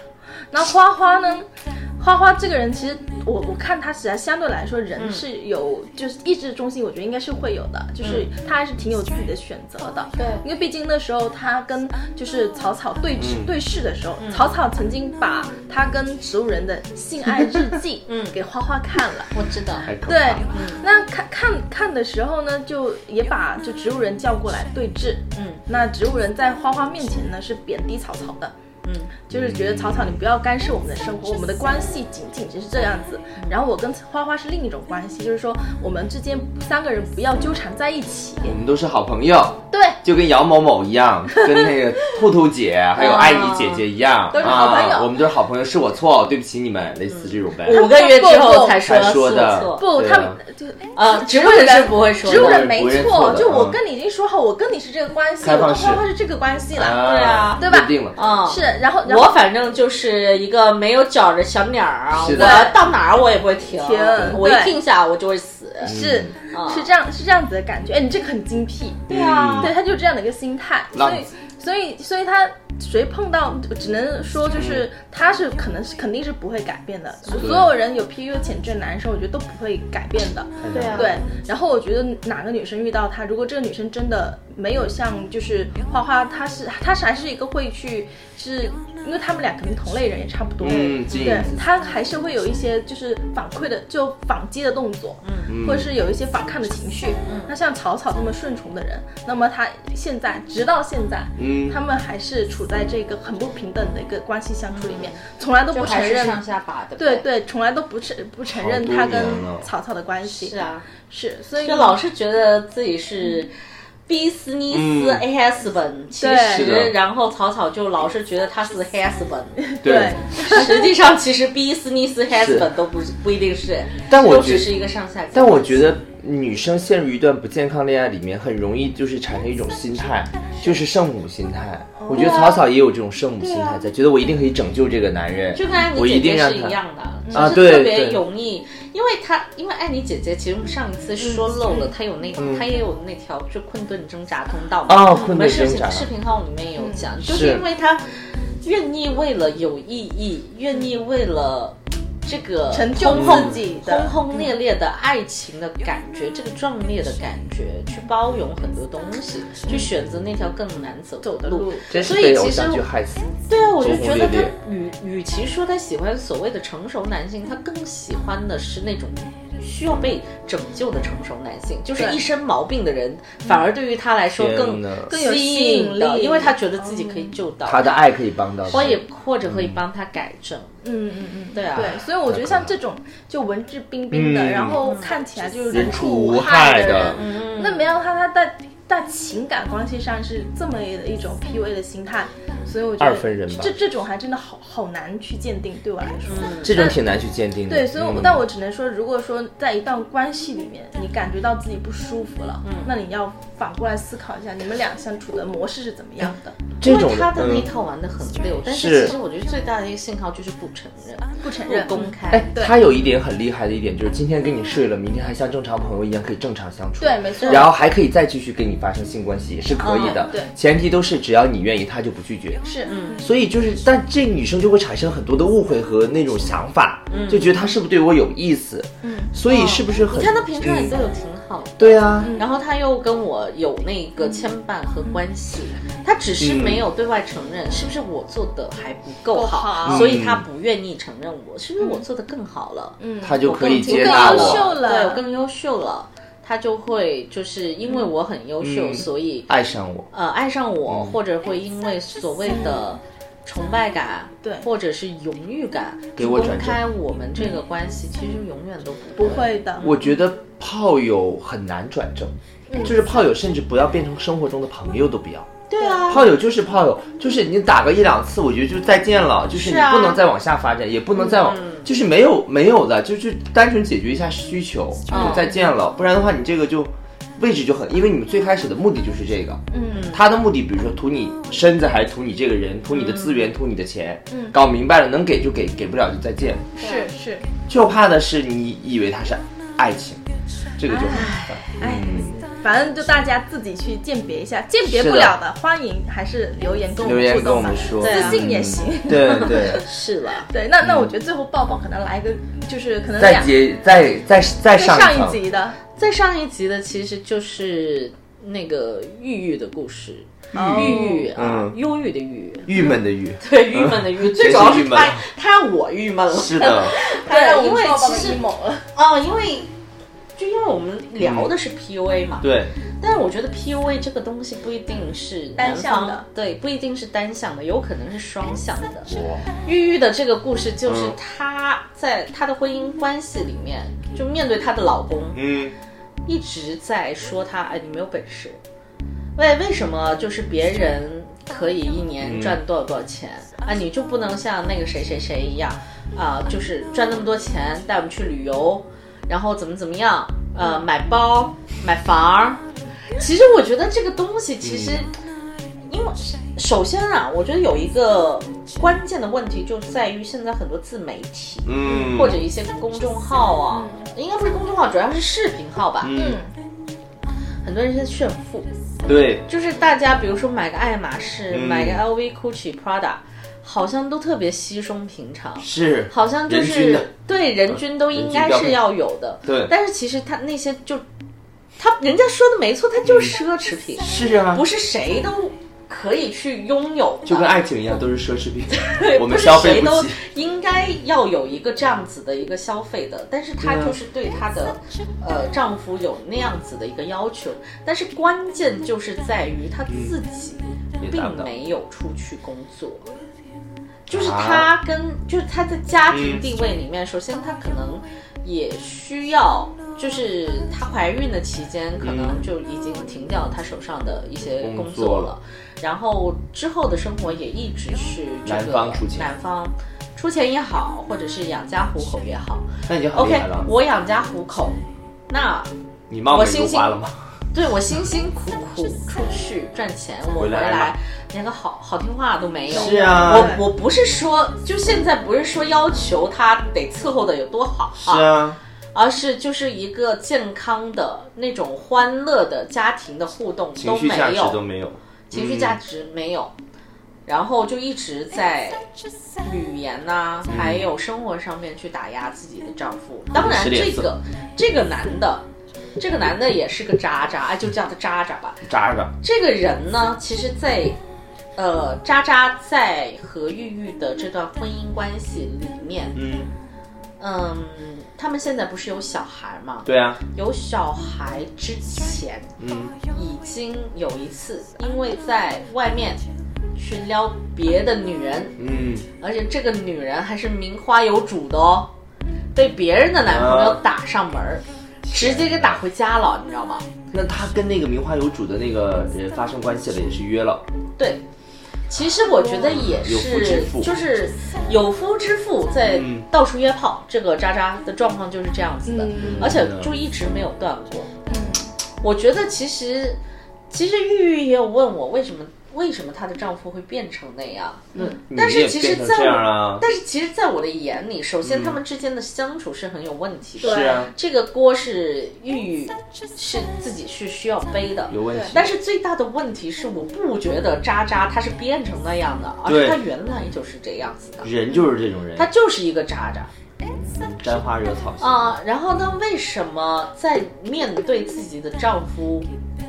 Speaker 3: 那花花呢？花花这个人，其实我我看他实在相对来说人是有、就是意志中心，我觉得应该是会有的，就是他还是挺有自己的选择的。
Speaker 1: 对
Speaker 3: 因为毕竟那时候他跟就是草草对峙、对视的时候，草草曾经把他跟植物人的性爱日记嗯给花花看了。
Speaker 1: 我知道，
Speaker 2: 太可怕
Speaker 3: 对
Speaker 2: 了，
Speaker 1: 嗯
Speaker 3: 那看看看的时候呢，就也把就植物人叫过来对峙。
Speaker 1: 嗯，
Speaker 3: 那植物人在花花面前呢是贬低草草的，
Speaker 1: 嗯，
Speaker 3: 就是觉得草草你不要干涉我们的生活，我们的关系仅仅只是这样子。
Speaker 1: 嗯
Speaker 3: 然后我跟花花是另一种关系，就是说我们之间三个人不要纠缠在一起。
Speaker 2: 我们都是好朋友，
Speaker 3: 对，
Speaker 2: 就跟姚某某一 样，跟那个兔兔姐还有艾怡姐姐一样，
Speaker 3: 都是好朋友嗯
Speaker 2: 啊我们都是好朋友，是我错，对不起你们，类似这种呗。
Speaker 1: 五个月之后才说
Speaker 2: 才说
Speaker 1: 是嗯
Speaker 2: 的
Speaker 1: 我错
Speaker 3: 不，
Speaker 2: 对啊
Speaker 3: 他们就哎
Speaker 1: 啊，植物人是不会说
Speaker 3: 植物
Speaker 1: 的，
Speaker 3: 人没
Speaker 2: 不认错
Speaker 3: 错，
Speaker 2: 的
Speaker 3: 就我
Speaker 2: 嗯
Speaker 3: 跟你已经说好，我跟你是这个关系，
Speaker 2: 开
Speaker 3: 我
Speaker 2: 放
Speaker 3: 跟
Speaker 2: 式
Speaker 3: 花花是这个关系了。
Speaker 1: 对啊
Speaker 3: 对吧
Speaker 2: 约定了，
Speaker 1: 啊，
Speaker 3: 是，然后然后
Speaker 1: 我反正就是一个没有脚的小鸟儿啊，
Speaker 2: 是的
Speaker 1: 我到哪儿我也不会停，
Speaker 3: 停
Speaker 1: 我一
Speaker 3: 对
Speaker 1: 停下我就会死。
Speaker 3: 是、
Speaker 1: 嗯
Speaker 3: 是这样是这样子的感觉。哎，你这个很精辟。
Speaker 1: 对啊
Speaker 3: 对，他就这样的一个心态，所
Speaker 2: 嗯浪
Speaker 3: 以
Speaker 2: 子
Speaker 3: 所以所以他谁碰到，只能说就是他是可能是肯定是不会改变的，所有人有 PU 潜质的男生，我觉得都不会改变的。
Speaker 2: 嗯
Speaker 1: 对啊
Speaker 3: 对，然后我觉得哪个女生遇到他，如果这个女生真的没有像就是花花，她是她是还是一个会去，是因为他们俩可能同类人也差不多，
Speaker 2: 嗯经营
Speaker 3: 对
Speaker 2: 自己，
Speaker 3: 她还是会有一些就是反馈的，就反击的动作，嗯，或者是有一些反抗的情绪。
Speaker 1: 嗯
Speaker 3: 那像草草这么顺从的人，那么他现在直到现在，
Speaker 2: 嗯
Speaker 3: 他们还是处在这个很不平等的一个关系相处里面，从来都
Speaker 1: 嗯就
Speaker 3: 不承
Speaker 1: 还是
Speaker 3: 认。
Speaker 1: 上下把的，
Speaker 3: 对，对，从来都不承不承认
Speaker 2: 好多
Speaker 3: 他跟
Speaker 2: 年了
Speaker 3: 草草的关系
Speaker 1: 是啊，
Speaker 3: 是，所以
Speaker 1: 就老是觉得自己是。逼斯尼斯 A S 本，其
Speaker 3: 对
Speaker 2: 是的
Speaker 1: 实然后草草就老是觉得他是 h S 本，
Speaker 3: 对，
Speaker 1: 实际上其实逼斯尼斯 E h S
Speaker 2: 是
Speaker 1: 本都不不一定是，
Speaker 2: 但我
Speaker 1: 都只
Speaker 2: 觉得
Speaker 1: 是一个上下级。
Speaker 2: 但我觉得女生陷入一段不健康恋爱里面，很容易就是产生一种心态，就是圣母心态。
Speaker 1: 哦
Speaker 2: 我觉得草草也有这种圣母心态在，觉得我一定可以拯救这个男人，
Speaker 1: 啊就跟艾米
Speaker 2: 我
Speaker 1: 姐
Speaker 2: 一定
Speaker 1: 姐
Speaker 2: 让
Speaker 1: 是一
Speaker 2: 他。
Speaker 1: 样
Speaker 3: 嗯
Speaker 1: 的，其
Speaker 2: 啊
Speaker 1: 实
Speaker 2: 对
Speaker 1: 特别
Speaker 2: 对
Speaker 1: 容易，因为她因为艾妮姐姐其实上一次说漏
Speaker 3: 嗯
Speaker 1: 了，她有那她也有那条就困顿挣扎通道嘛，
Speaker 2: 嗯哦
Speaker 1: 我
Speaker 2: 困
Speaker 1: 们
Speaker 2: 顿
Speaker 1: 视
Speaker 2: 挣
Speaker 1: 频
Speaker 2: 扎，嗯
Speaker 1: 视频号里面有讲，就是
Speaker 2: 是
Speaker 1: 因为她愿意为了有意义，愿意为了。这个
Speaker 3: 成就
Speaker 1: 轰轰
Speaker 3: 自己的
Speaker 1: 轰轰烈烈的爱情的感觉，这个壮烈的感觉，去包容很多东西，去选择那条更难走
Speaker 3: 走的
Speaker 1: 的
Speaker 3: 路
Speaker 1: 路，
Speaker 2: 真是
Speaker 1: 所以
Speaker 2: 被
Speaker 1: 其
Speaker 2: 偶
Speaker 1: 实
Speaker 2: 像剧害死。
Speaker 1: 对啊，我就
Speaker 2: 轰
Speaker 1: 觉得
Speaker 2: 烈
Speaker 1: 他
Speaker 2: 烈
Speaker 1: 与与其说他喜欢所谓的成熟男性，他更喜欢的是那种需要被拯救的成熟男性，就是
Speaker 3: 对
Speaker 1: 一身毛病的人，反而对于他来说更
Speaker 2: 天哪
Speaker 3: 更有
Speaker 1: 吸
Speaker 3: 吸引
Speaker 1: 引的，
Speaker 3: 力
Speaker 1: 因为他觉得自己可以救到
Speaker 2: 他的，爱可以帮到他，
Speaker 1: 或也或者可以帮他改正。
Speaker 3: 嗯嗯嗯，
Speaker 1: 对啊
Speaker 3: 对，所以我觉得像这种就文质彬彬的，
Speaker 2: 嗯
Speaker 3: 然后看起来就是
Speaker 2: 人畜
Speaker 3: 畜无
Speaker 2: 无
Speaker 3: 害
Speaker 2: 害
Speaker 3: 的
Speaker 2: 的
Speaker 3: 人，
Speaker 2: 嗯
Speaker 3: 那没有他，他在在情感关系上是这么一种 PUA 的心态，所以我觉得
Speaker 2: 二分人吧
Speaker 3: 这这种还真的好好难去鉴定，对我来说。
Speaker 2: 这种挺难去鉴定的。
Speaker 3: 对，所以我，
Speaker 2: 嗯
Speaker 3: 但我只能说，如果说在一段关系里面，你感觉到自己不舒服了，
Speaker 2: 嗯
Speaker 3: 那你要反过来思考一下，你们俩相处的模式是怎么样的？
Speaker 2: 这
Speaker 1: 因
Speaker 2: 种
Speaker 1: 为他的那
Speaker 2: 嗯
Speaker 1: 套玩的很溜，但
Speaker 2: 是
Speaker 1: 是其实我觉得最大的一个信号就是不承认，
Speaker 3: 不承认
Speaker 1: 不，公开。
Speaker 2: 哎，
Speaker 3: 对
Speaker 2: 他有一点很厉害的一点就是，今天跟你睡了，明天还像正常朋友一样可以正常相处，
Speaker 3: 对没错
Speaker 2: 然后还可以再继续跟你发生性关系也是可以的，
Speaker 3: 嗯对
Speaker 2: 前提都是只要你愿意，他就不拒绝。
Speaker 3: 是，嗯，
Speaker 2: 所以就是，但这个女生就会产生很多的误会和那种想法，就觉得他是不是对我有意思，嗯，所以是不是
Speaker 1: 嗯
Speaker 2: 很？
Speaker 1: 哦你看他平常也嗯
Speaker 2: 嗯
Speaker 1: 对我挺好的。
Speaker 2: 对啊，
Speaker 1: 然后他又跟我有那个牵绊和关系，他只是
Speaker 2: 嗯
Speaker 1: 没有对外承认，是不是我做的还不够
Speaker 3: 不
Speaker 1: 好，
Speaker 2: 嗯
Speaker 3: 好
Speaker 1: 所以他不愿意承认我，是不是我做的更好了？嗯，
Speaker 2: 他就可以
Speaker 1: 更
Speaker 2: 接纳
Speaker 3: 我更优秀
Speaker 2: 我，
Speaker 3: 了
Speaker 1: 对我更优秀了，他就会就是因为我很优
Speaker 2: 嗯
Speaker 1: 秀，所以
Speaker 2: 爱上我，
Speaker 1: 呃爱上我，
Speaker 2: 嗯
Speaker 1: 或者会因为所谓的。崇拜感，
Speaker 3: 对
Speaker 1: 或者是荣誉感，
Speaker 2: 给我
Speaker 1: 去公
Speaker 2: 转正
Speaker 1: 开我们这个关系，其实永远都不
Speaker 3: 不
Speaker 1: 会。
Speaker 3: 会的，
Speaker 2: 我觉得炮友很难转正，
Speaker 1: 嗯
Speaker 2: 就是炮友甚至不要变成生活中的朋友都不要。
Speaker 1: 对啊，
Speaker 2: 炮友就是炮友，就是你打个一两次，我觉得就再见了，就是你
Speaker 1: 是啊
Speaker 2: 不能再往下发展，也不能再往，就是没有没有的，就是单纯解决一下需求，就是
Speaker 1: 嗯
Speaker 2: 再见了，不然的话你这个就位置就很，因为你们最开始的目的就是这个，嗯，他的目的比如说图你身子，还是图你这个人，图你的资源，图你的钱，嗯，搞明白了能给就给，给不了就再见，
Speaker 3: 是是，
Speaker 2: 就怕的是你以为他是爱情，这个就很麻烦。
Speaker 3: 哎，反正就大家自己去鉴别一下，鉴别不了的，欢迎还是留言跟我
Speaker 2: 留
Speaker 3: 们互
Speaker 2: 言跟我
Speaker 3: 动吧
Speaker 2: 们，说，嗯
Speaker 1: 对啊
Speaker 3: 私信也行。
Speaker 2: 对对。
Speaker 1: 是了。
Speaker 3: 对，那那我觉得最后抱抱可能来一个，就是可能
Speaker 2: 再
Speaker 3: 两
Speaker 2: 接再再再
Speaker 3: 再
Speaker 2: 上
Speaker 3: 上一
Speaker 2: 层
Speaker 3: 集的，
Speaker 1: 再上一集的其实就是那个郁郁的故事，
Speaker 3: 哦
Speaker 1: 郁郁啊，
Speaker 2: 嗯
Speaker 1: 忧郁的郁，
Speaker 2: 郁闷的郁。
Speaker 1: 对，郁闷的郁，最
Speaker 2: 真是
Speaker 1: 主要是
Speaker 2: 郁闷
Speaker 1: 他他让我郁闷了，
Speaker 2: 是的，
Speaker 1: 对，
Speaker 3: 因
Speaker 1: 因为
Speaker 3: 为
Speaker 1: 其
Speaker 3: 其
Speaker 1: 实
Speaker 3: 实猛了，
Speaker 1: 哦，因为就因为我们聊的是 PUA 嘛，
Speaker 2: 嗯对，
Speaker 1: 但是我觉得 PUA 这个东西不一定是
Speaker 3: 嗯单
Speaker 1: 男
Speaker 3: 向
Speaker 1: 方
Speaker 3: 的
Speaker 1: 对，不一定是单向的，有可能是双向的。
Speaker 2: 我
Speaker 1: 郁郁的这个故事就是
Speaker 2: 嗯
Speaker 1: 她在她的婚姻关系里面，就面对她的老公，
Speaker 2: 嗯，
Speaker 1: 一直在说他，哎，你没有本事。为为什么就是别人可以一年赚多少多少钱、啊，你就不能像那个谁谁谁一样啊、就是赚那么多钱带我们去旅游，然后怎么怎么样，呃，买包买房。其实我觉得这个东西其实，因为首先啊，我觉得有一个关键的问题就在于现在很多自媒体，
Speaker 2: 嗯，
Speaker 1: 或者一些公众号啊，应该不是公众号，主要是视频号吧。
Speaker 2: 嗯，
Speaker 1: 很多人是炫富，
Speaker 2: 对，
Speaker 1: 就是大家比如说买个爱马仕，
Speaker 2: 嗯
Speaker 1: 买个 LV、GUCCI、Prada，好像都特别稀松平常，
Speaker 2: 是，
Speaker 1: 好像就
Speaker 2: 人均
Speaker 1: 是
Speaker 2: 的
Speaker 1: 对人均都应该是要有的。
Speaker 2: 对
Speaker 1: 但是其实他那些就，他人家说的没错，他就是奢侈品，
Speaker 2: 是啊，
Speaker 1: 不是谁都可以去拥有的，
Speaker 2: 就跟爱情一样，都是奢侈品，
Speaker 1: 对
Speaker 2: 我
Speaker 1: 不
Speaker 2: 们
Speaker 1: 是
Speaker 2: 消费
Speaker 1: 谁
Speaker 2: 不
Speaker 1: 都
Speaker 2: 起。
Speaker 1: 应该要有一个这样子的一个消费的，但是她
Speaker 2: 对啊
Speaker 1: 就是对她的呃丈夫有那样子的一个要求，但是关键就是在于她自己
Speaker 2: 也达不
Speaker 1: 并
Speaker 2: 到
Speaker 1: 没有出去工作。就是
Speaker 2: 啊
Speaker 1: 她跟，就是她在家庭地位里面，首先她可能也需要，就是她怀孕的期间，可能就已经停掉她手上的一些
Speaker 2: 嗯工
Speaker 1: 工
Speaker 2: 作
Speaker 1: 作了
Speaker 2: 了，
Speaker 1: 然后之后的生活也一直是这个
Speaker 2: 男方出钱
Speaker 1: 男方出钱也好，或者是养家糊口也好。
Speaker 2: 那你就很厉
Speaker 1: OK，
Speaker 2: 害了。
Speaker 1: 我养家糊口，那
Speaker 2: 你骂
Speaker 1: 我
Speaker 2: 油
Speaker 1: 星星
Speaker 2: 花了吗？
Speaker 1: 对我辛辛苦苦出去赚钱，我
Speaker 2: 回
Speaker 1: 回
Speaker 2: 来
Speaker 1: 来连个好好听话都没有。
Speaker 2: 是啊
Speaker 1: 我我不是说，就现在不是说要求他得伺候的有多好
Speaker 2: 是啊，
Speaker 1: 而是就是一个健康的那种欢乐的家庭的互动
Speaker 2: 情
Speaker 1: 都
Speaker 2: 绪价
Speaker 1: 没
Speaker 2: 值都
Speaker 1: 有，
Speaker 2: 没有，
Speaker 1: 情绪价
Speaker 2: 嗯
Speaker 1: 值没有，然后就一直在语言呐、还有生活上面去打压自己的丈夫。当然，
Speaker 2: 嗯是脸
Speaker 1: 这
Speaker 2: 色
Speaker 1: 个这个男的，这个男的也是个渣渣，哎，就叫他渣渣吧。
Speaker 2: 渣渣。
Speaker 1: 这个人呢，其实在，呃渣渣在和玉玉的这段婚姻关系里面，
Speaker 2: 嗯，
Speaker 1: 嗯，他们现在不是有小孩嘛？
Speaker 2: 对啊，
Speaker 1: 有小孩之前，
Speaker 2: 嗯，
Speaker 1: 已经有一次，因为在外面去撩别的女人，
Speaker 2: 嗯，
Speaker 1: 而且这个女人还是名花有主的哦，被别人的男朋友
Speaker 2: 啊
Speaker 1: 打上门儿，直接给打回家了，你知道吗？
Speaker 2: 那他跟那个名花有主的那个人发生关系了，也是约了，
Speaker 1: 对，其实我觉得也
Speaker 2: 哦有夫之
Speaker 1: 是
Speaker 2: 妇，
Speaker 1: 就是有夫之妇在
Speaker 2: 嗯
Speaker 1: 到处约炮，这个渣渣的状况就是这样子的，
Speaker 3: 嗯
Speaker 1: 而且就一直没有断过。我觉得其实，其实玉玉也有问我为什么为什么她的丈夫会变成那样，但
Speaker 2: 你
Speaker 1: 是
Speaker 2: 也
Speaker 1: 其
Speaker 2: 变
Speaker 1: 实
Speaker 2: 成
Speaker 1: 在
Speaker 2: 这
Speaker 1: 我，
Speaker 2: 样啊，嗯
Speaker 1: 但是其实在我的眼里，首先他们之间的相处是很有问题的。
Speaker 2: 是啊，
Speaker 1: 这个锅是玉玉是自己是需要背的，
Speaker 2: 有问题。
Speaker 1: 但是最大的问题是，我不觉得渣渣他是变成那样的，而
Speaker 2: 对
Speaker 1: 是他原来就是这样子的，
Speaker 2: 人就是这种人
Speaker 1: 他，就是一个渣渣
Speaker 2: 沾花惹草型
Speaker 1: 啊、然后呢，为什么在面对自己的丈夫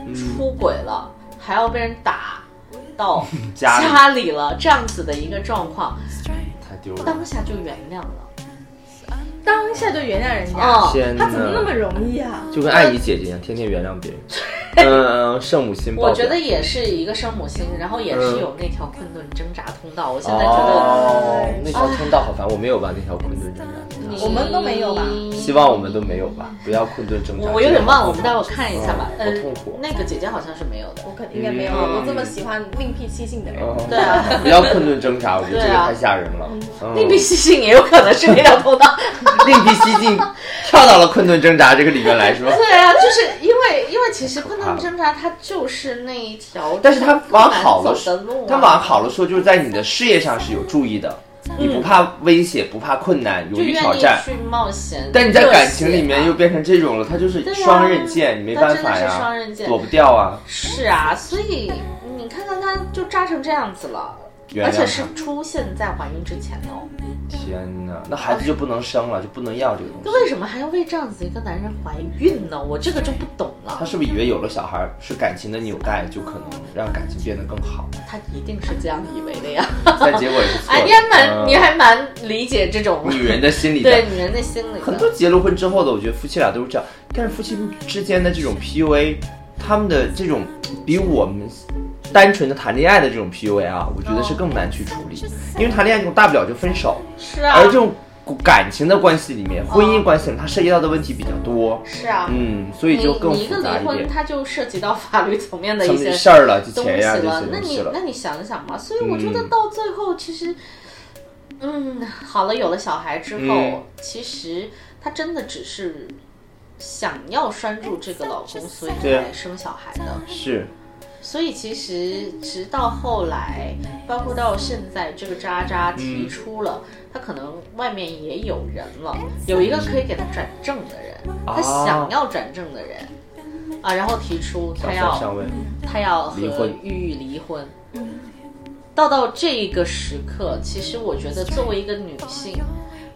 Speaker 2: 嗯
Speaker 1: 出轨了，还要被人打到
Speaker 2: 家里
Speaker 1: 家里了这样子的一个状况，
Speaker 2: 太丢人了
Speaker 1: 当。下就原谅了？
Speaker 3: 当下就原谅人家，
Speaker 1: 哦
Speaker 2: 天哪
Speaker 3: 他怎么那么容易啊？
Speaker 2: 就跟爱姨姐姐一样，天天原谅 别人。嗯嗯，圣母心爆表。
Speaker 1: 我觉得也是一个圣母心，然后也是有那条困顿挣扎通道。我现在觉得
Speaker 2: 嗯哦，那条通道好烦，我没有吧？那条困顿挣扎通
Speaker 1: 你
Speaker 2: 道，
Speaker 3: 我们都没有吧
Speaker 2: 希望我们都没有吧？不要困顿挣扎。
Speaker 1: 我我有点忘了，我们待会儿看一下吧。呃
Speaker 2: 嗯好痛苦，
Speaker 1: 那个姐姐好像是没有的。
Speaker 3: 我肯应该没有，
Speaker 2: 嗯
Speaker 3: 我这么喜欢另辟蹊径的人。
Speaker 2: 嗯
Speaker 1: 对 啊，
Speaker 2: 不要困顿挣扎，我觉得这个
Speaker 1: 对啊啊
Speaker 2: 太吓人了。 嗯
Speaker 1: 另辟蹊径也有可能是那条通道。
Speaker 2: 另辟蹊径，跳到了困顿挣扎这个里面来是吧？
Speaker 1: 对啊，就是因为 因为其实困难挣扎它就是那一条，
Speaker 2: 但是他往 好了
Speaker 1: 走的路、啊，
Speaker 2: 他往好了说，就是在你的事业上是有注意的，你不怕危险，不怕困难，
Speaker 1: 就
Speaker 2: 勇于
Speaker 1: 愿
Speaker 2: 挑
Speaker 1: 意
Speaker 2: 战。
Speaker 1: 去冒险。
Speaker 2: 但你在感情里面
Speaker 1: 热血
Speaker 2: 又
Speaker 1: 啊
Speaker 2: 变成这种了，他就是
Speaker 1: 对啊
Speaker 2: 双刃剑，你没办
Speaker 1: 它
Speaker 2: 法
Speaker 1: 真的
Speaker 2: 呀，
Speaker 1: 是双刃剑
Speaker 2: 躲不掉啊。
Speaker 1: 是啊，所以你看看他就扎成这样子了。
Speaker 2: 原
Speaker 1: 而
Speaker 2: 谅
Speaker 1: 且
Speaker 2: 他
Speaker 1: 是出现在怀孕之前哦，
Speaker 2: 天哪，那孩子就不能生了，就不能要这个东
Speaker 1: 那
Speaker 2: 西。
Speaker 1: 为什么还要为这样子一个男人怀孕呢？我这个就不懂
Speaker 2: 他
Speaker 1: 了。
Speaker 2: 是不是以为有了小孩是感情的纽带，就可能让感情变得更好？
Speaker 1: 他一定是这样以为的呀。
Speaker 2: 但结果也是错
Speaker 1: 哎，
Speaker 2: 的。
Speaker 1: 你还蛮，
Speaker 2: 嗯
Speaker 1: 你还蛮理解这种
Speaker 2: 女人的心理的
Speaker 1: 对女人的心理的。
Speaker 2: 很多结了婚之后的，我觉得夫妻俩都是这样。但是夫妻之间的这种 PUA，他们的这种比我们单纯的谈恋爱的这种 PUA 啊，我觉得是更难去处理，因为谈恋爱这种大不了就分手，
Speaker 1: 是啊，
Speaker 2: 而这种感情的关系里面，婚姻关系里面它涉及到的问题比较多，
Speaker 1: 嗯是啊，
Speaker 2: 嗯，所以就更
Speaker 1: 你你一个
Speaker 2: 复杂
Speaker 1: 离
Speaker 2: 一
Speaker 1: 婚，
Speaker 2: 点。
Speaker 1: 它就涉及到法律层面的
Speaker 2: 什
Speaker 1: 一
Speaker 2: 么
Speaker 1: 些
Speaker 2: 事儿了，就
Speaker 1: 东
Speaker 2: 钱
Speaker 1: 西
Speaker 2: 呀这
Speaker 1: 了
Speaker 2: 些。
Speaker 1: 那
Speaker 2: 东西
Speaker 1: 你
Speaker 2: 了
Speaker 1: 那，你想想嘛，所以
Speaker 2: 嗯
Speaker 1: 我觉得到最后其实，嗯，好了，有了小孩之后，
Speaker 2: 嗯
Speaker 1: 其实她真的只是想要拴住这个老公，所以
Speaker 2: 对啊
Speaker 1: 才生小孩的。
Speaker 2: 是
Speaker 1: 所以其实直到后来，包括到现在，这个渣渣提出了，他可能外面也有人了，有一个可以给他转正的人，他想要转正的人，啊，然后提出他
Speaker 2: 小三
Speaker 1: 要
Speaker 2: 上位，
Speaker 1: 他要
Speaker 2: 离
Speaker 1: 和
Speaker 2: 婚
Speaker 1: 玉玉离婚。到到这个时刻，其实我觉得作为一个女性，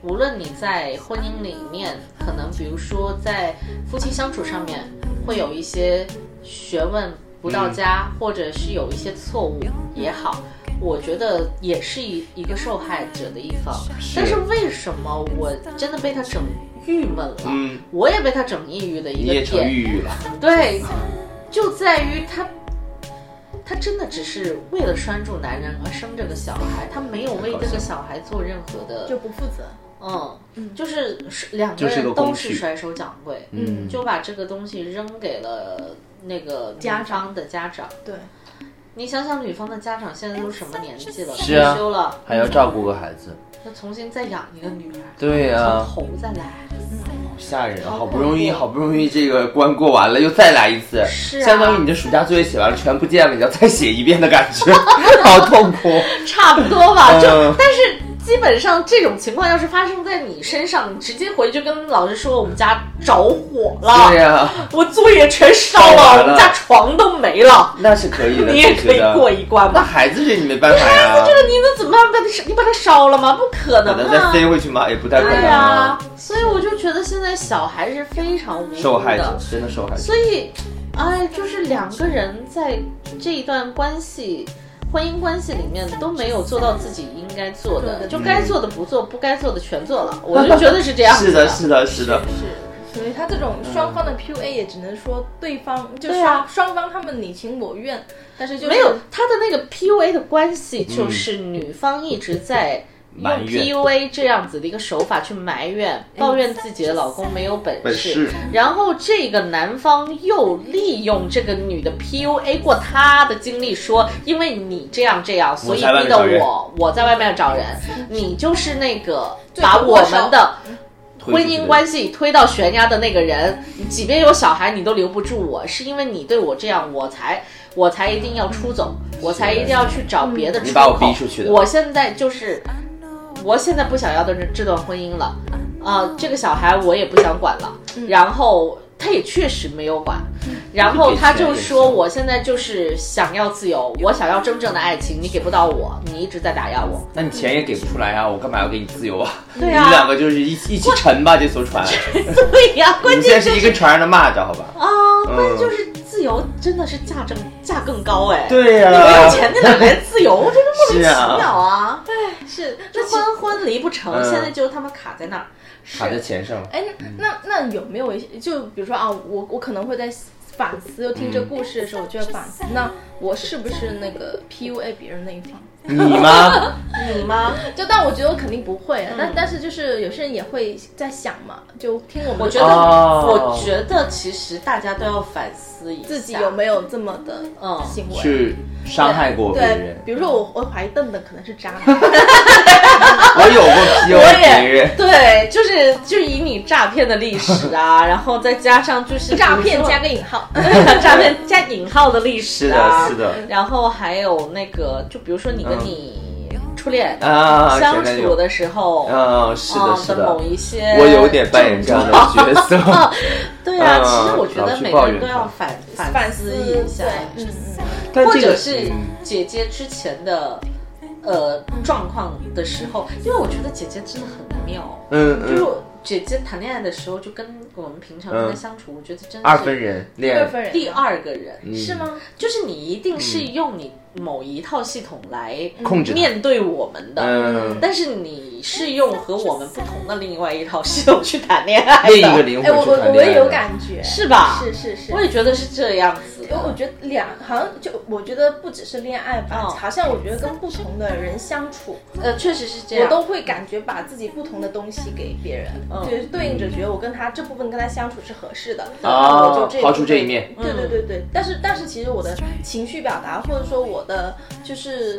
Speaker 1: 无论你在婚姻里面，可能比如说在夫妻相处上面会有一些学问不到家，
Speaker 2: 嗯
Speaker 1: 或者是有一些错误也好，我觉得也是一一个受害者的一方。但是为什么我真的被他整郁闷了？
Speaker 2: 嗯
Speaker 1: 我也被他整抑郁的一
Speaker 2: 你
Speaker 1: 个
Speaker 2: 也成
Speaker 1: 点
Speaker 2: 郁郁了，
Speaker 1: 对，就在于她，她真的只是为了拴住男人而生这个小孩，她没有为这个小孩做任何
Speaker 3: 就
Speaker 1: 的，
Speaker 3: 不负责，
Speaker 1: 嗯，就是是两个
Speaker 2: 就是个
Speaker 1: 人都
Speaker 2: 工
Speaker 1: 是
Speaker 2: 具
Speaker 1: 甩手掌柜，
Speaker 2: 嗯
Speaker 1: 就把这个东西扔给了那个
Speaker 3: 家
Speaker 1: 女方的家长，
Speaker 3: 对，
Speaker 1: 你想想，女方的家长现在都是什么年纪了？
Speaker 2: 是啊
Speaker 1: 退休了，
Speaker 2: 还要照顾个孩子，
Speaker 1: 要重新再养一个女儿，
Speaker 2: 对啊呀、
Speaker 1: 从头再来。
Speaker 2: 好吓人啊！好不
Speaker 1: 恐
Speaker 2: 容易，
Speaker 1: 怖
Speaker 2: 好不容易这个关过完了，又再来一次，
Speaker 1: 是啊
Speaker 2: 相当于你的暑假作业写完了，全不见了，你要再写一遍的感觉， 好痛苦。
Speaker 1: 差不多吧，就、
Speaker 2: 嗯
Speaker 1: 但是基本上这种情况要是发生在你身上，你直接回去跟老师说我们家着火了，
Speaker 2: 对呀、
Speaker 1: 我作业全烧
Speaker 2: 烧完
Speaker 1: 了，
Speaker 2: 了
Speaker 1: 我们家床都没了，
Speaker 2: 那是可以的，
Speaker 1: 你也
Speaker 2: 我
Speaker 1: 可
Speaker 2: 觉
Speaker 1: 以
Speaker 2: 得
Speaker 1: 过一关
Speaker 2: 那
Speaker 1: 吧？
Speaker 2: 孩子这你没办法呀，
Speaker 1: 这个你能怎么办？把它你把它烧了吗？不可
Speaker 2: 可
Speaker 1: 能
Speaker 2: 能再
Speaker 1: 啊！
Speaker 2: 塞回去吗？也不太可
Speaker 1: 对
Speaker 2: 能
Speaker 1: 呀、
Speaker 2: 啊。
Speaker 1: 所以我就觉得现在小孩是非常无辜的，
Speaker 2: 受害者，真的受害者。
Speaker 1: 嗯所以，哎，就是两个人在这一段关系、婚姻关系里面都没有做到自己应该做的，就该做的不做，不该做的全做了。我就觉得是这样子
Speaker 2: 是的，是的，是的。
Speaker 3: 是，所以他这种双方的 PUA 也只能说对方就
Speaker 1: 嗯对
Speaker 3: 双、
Speaker 1: 啊
Speaker 3: 双方他们你情我愿，但是就是
Speaker 1: 没有他的那个 PUA 的关系，就是女方一直在。用
Speaker 2: 埋怨
Speaker 1: PUA 这样子的一个手法去埋怨、抱怨自己的老公没有本事，
Speaker 2: 本事
Speaker 1: 然后这个男方又利用这个女的 PUA 过他的经历说，因为你这样这样，所以逼得
Speaker 2: 我在外面找
Speaker 1: 我我在外面找人，你就是那个把
Speaker 3: 头
Speaker 1: 我
Speaker 3: 握手
Speaker 1: 们的
Speaker 2: 婚
Speaker 1: 婚姻关系推到悬崖的那个人，你即便有小孩，你都留不住我，是因为你对我这样，我才我才一定要出走，我才一定要去找别的出口。
Speaker 2: 你把我逼出嗯去的
Speaker 1: 我现在就是，我现在不想要的这这段婚姻了，啊、这个小孩我也不想管了，然后。他也确实没有管，然后他就说：“我现在就是想要自由，我想要真正的爱情，你给不到我，你一直在打压我。
Speaker 2: 那你钱也给不出来啊，我干嘛要给你自由啊？
Speaker 1: 对
Speaker 2: 你
Speaker 1: 啊
Speaker 2: 们两个就是一一起沉吧，这艘船。
Speaker 1: 对哎呀、
Speaker 2: 你
Speaker 1: 关
Speaker 2: 们
Speaker 1: 键
Speaker 2: 现在是一个船上的蚂蚱，好吧？
Speaker 1: 啊，关键
Speaker 2: 嗯
Speaker 1: 就是自由真的是价更价更高哎。
Speaker 2: 对呀、
Speaker 1: 你没有钱，你哪来自由？ 我真的莫名
Speaker 2: 是啊
Speaker 1: 其妙啊！
Speaker 3: 是
Speaker 1: 这
Speaker 3: 那其
Speaker 1: 婚婚离不成，
Speaker 2: 嗯
Speaker 1: 现在就他妈卡在那儿。
Speaker 2: 卡在钱上了。
Speaker 3: 哎，
Speaker 1: 嗯
Speaker 3: 那那有没有一些，就比如说啊，我我可能会在反思，就听这故事的时候，我就会反思，
Speaker 1: 嗯
Speaker 3: 那我是不是那个 PUA 别人那一方？
Speaker 2: 你吗？
Speaker 1: 你吗？
Speaker 2: 嗯
Speaker 3: 就但我觉得我肯定不会，啊但
Speaker 1: 嗯
Speaker 3: 但是就是有些人也会在想嘛，就听我们
Speaker 1: 我觉
Speaker 3: 说
Speaker 1: 得，
Speaker 2: 哦
Speaker 1: 我觉得其实大家都要反思一下
Speaker 3: 自己有没有这么的
Speaker 1: 嗯
Speaker 3: 行为。
Speaker 2: 去伤害过别
Speaker 3: 对
Speaker 2: 人，，
Speaker 3: 比如说我，我怀疑邓邓可能是渣男，
Speaker 2: 我有过 PUA 别人。
Speaker 1: 对，就是就以你诈骗的历史 啊，然后再加上就是
Speaker 3: 诈骗加
Speaker 1: 个
Speaker 3: 个引号，
Speaker 1: 诈骗加引号的历史
Speaker 2: 是
Speaker 1: 啊，
Speaker 2: 的，是的
Speaker 1: 然后还有那个，就比如说你跟
Speaker 2: 嗯
Speaker 1: 你初恋
Speaker 2: 啊，
Speaker 1: 相
Speaker 2: 前男
Speaker 1: 处
Speaker 2: 友。
Speaker 1: 的时候，
Speaker 2: 嗯，是的，
Speaker 1: 啊
Speaker 2: 是
Speaker 1: 的
Speaker 2: 的
Speaker 1: 某。一些，
Speaker 2: 我有点扮演这样的角 色。
Speaker 1: 对啊，
Speaker 2: 嗯
Speaker 1: 其实我觉
Speaker 2: 老
Speaker 1: 得
Speaker 2: 去
Speaker 1: 每
Speaker 2: 抱
Speaker 1: 个人
Speaker 2: 怨
Speaker 1: 都
Speaker 2: 他
Speaker 1: 要反
Speaker 3: 反
Speaker 1: 反
Speaker 3: 思
Speaker 1: 思一下，
Speaker 3: 对，嗯嗯，
Speaker 2: 但
Speaker 1: 或
Speaker 2: 这
Speaker 1: 者
Speaker 2: 个嗯
Speaker 1: 是姐姐之前的呃状况的时候，因为我觉得姐姐真的很妙，
Speaker 2: 嗯
Speaker 1: 就
Speaker 2: 嗯
Speaker 1: 是
Speaker 2: 嗯，
Speaker 1: 我姐姐谈恋爱的时候就跟我们平常跟她
Speaker 2: 嗯
Speaker 1: 相处，我觉得真
Speaker 2: 二分
Speaker 1: 的
Speaker 2: 人嗯恋
Speaker 3: 二
Speaker 2: 爱。
Speaker 3: 分人
Speaker 1: 是第二个人，
Speaker 3: 是吗？
Speaker 1: 就是你一定是用你某一套系统来
Speaker 2: 嗯控制他
Speaker 1: 面对我们的，
Speaker 2: 嗯
Speaker 1: 但是你是用和我们不同的另外一套系统去谈恋爱的，
Speaker 2: 另一个灵
Speaker 3: 哎，
Speaker 2: 魂
Speaker 3: 我
Speaker 2: 去
Speaker 3: 我
Speaker 2: 谈
Speaker 3: 我
Speaker 2: 恋爱。
Speaker 3: 也有感觉，
Speaker 1: 是吧？
Speaker 3: 是是是
Speaker 1: 我也觉得是这样子
Speaker 3: 因为我
Speaker 1: 的。
Speaker 3: 觉得两好像就我觉得不只是恋爱吧，
Speaker 1: 嗯
Speaker 3: 好像我觉得跟不同的人相处，
Speaker 1: 呃，确实是这
Speaker 3: 我
Speaker 1: 样。
Speaker 3: 都会感觉把自己不同的东西给别人，就是对应着觉得我跟他这部分跟他相处是合适的，那我就哦这部嗯
Speaker 2: 刨
Speaker 3: 分
Speaker 2: 除这一面，
Speaker 3: 对对对对。但是但是其实我的情绪表达或者说我的就是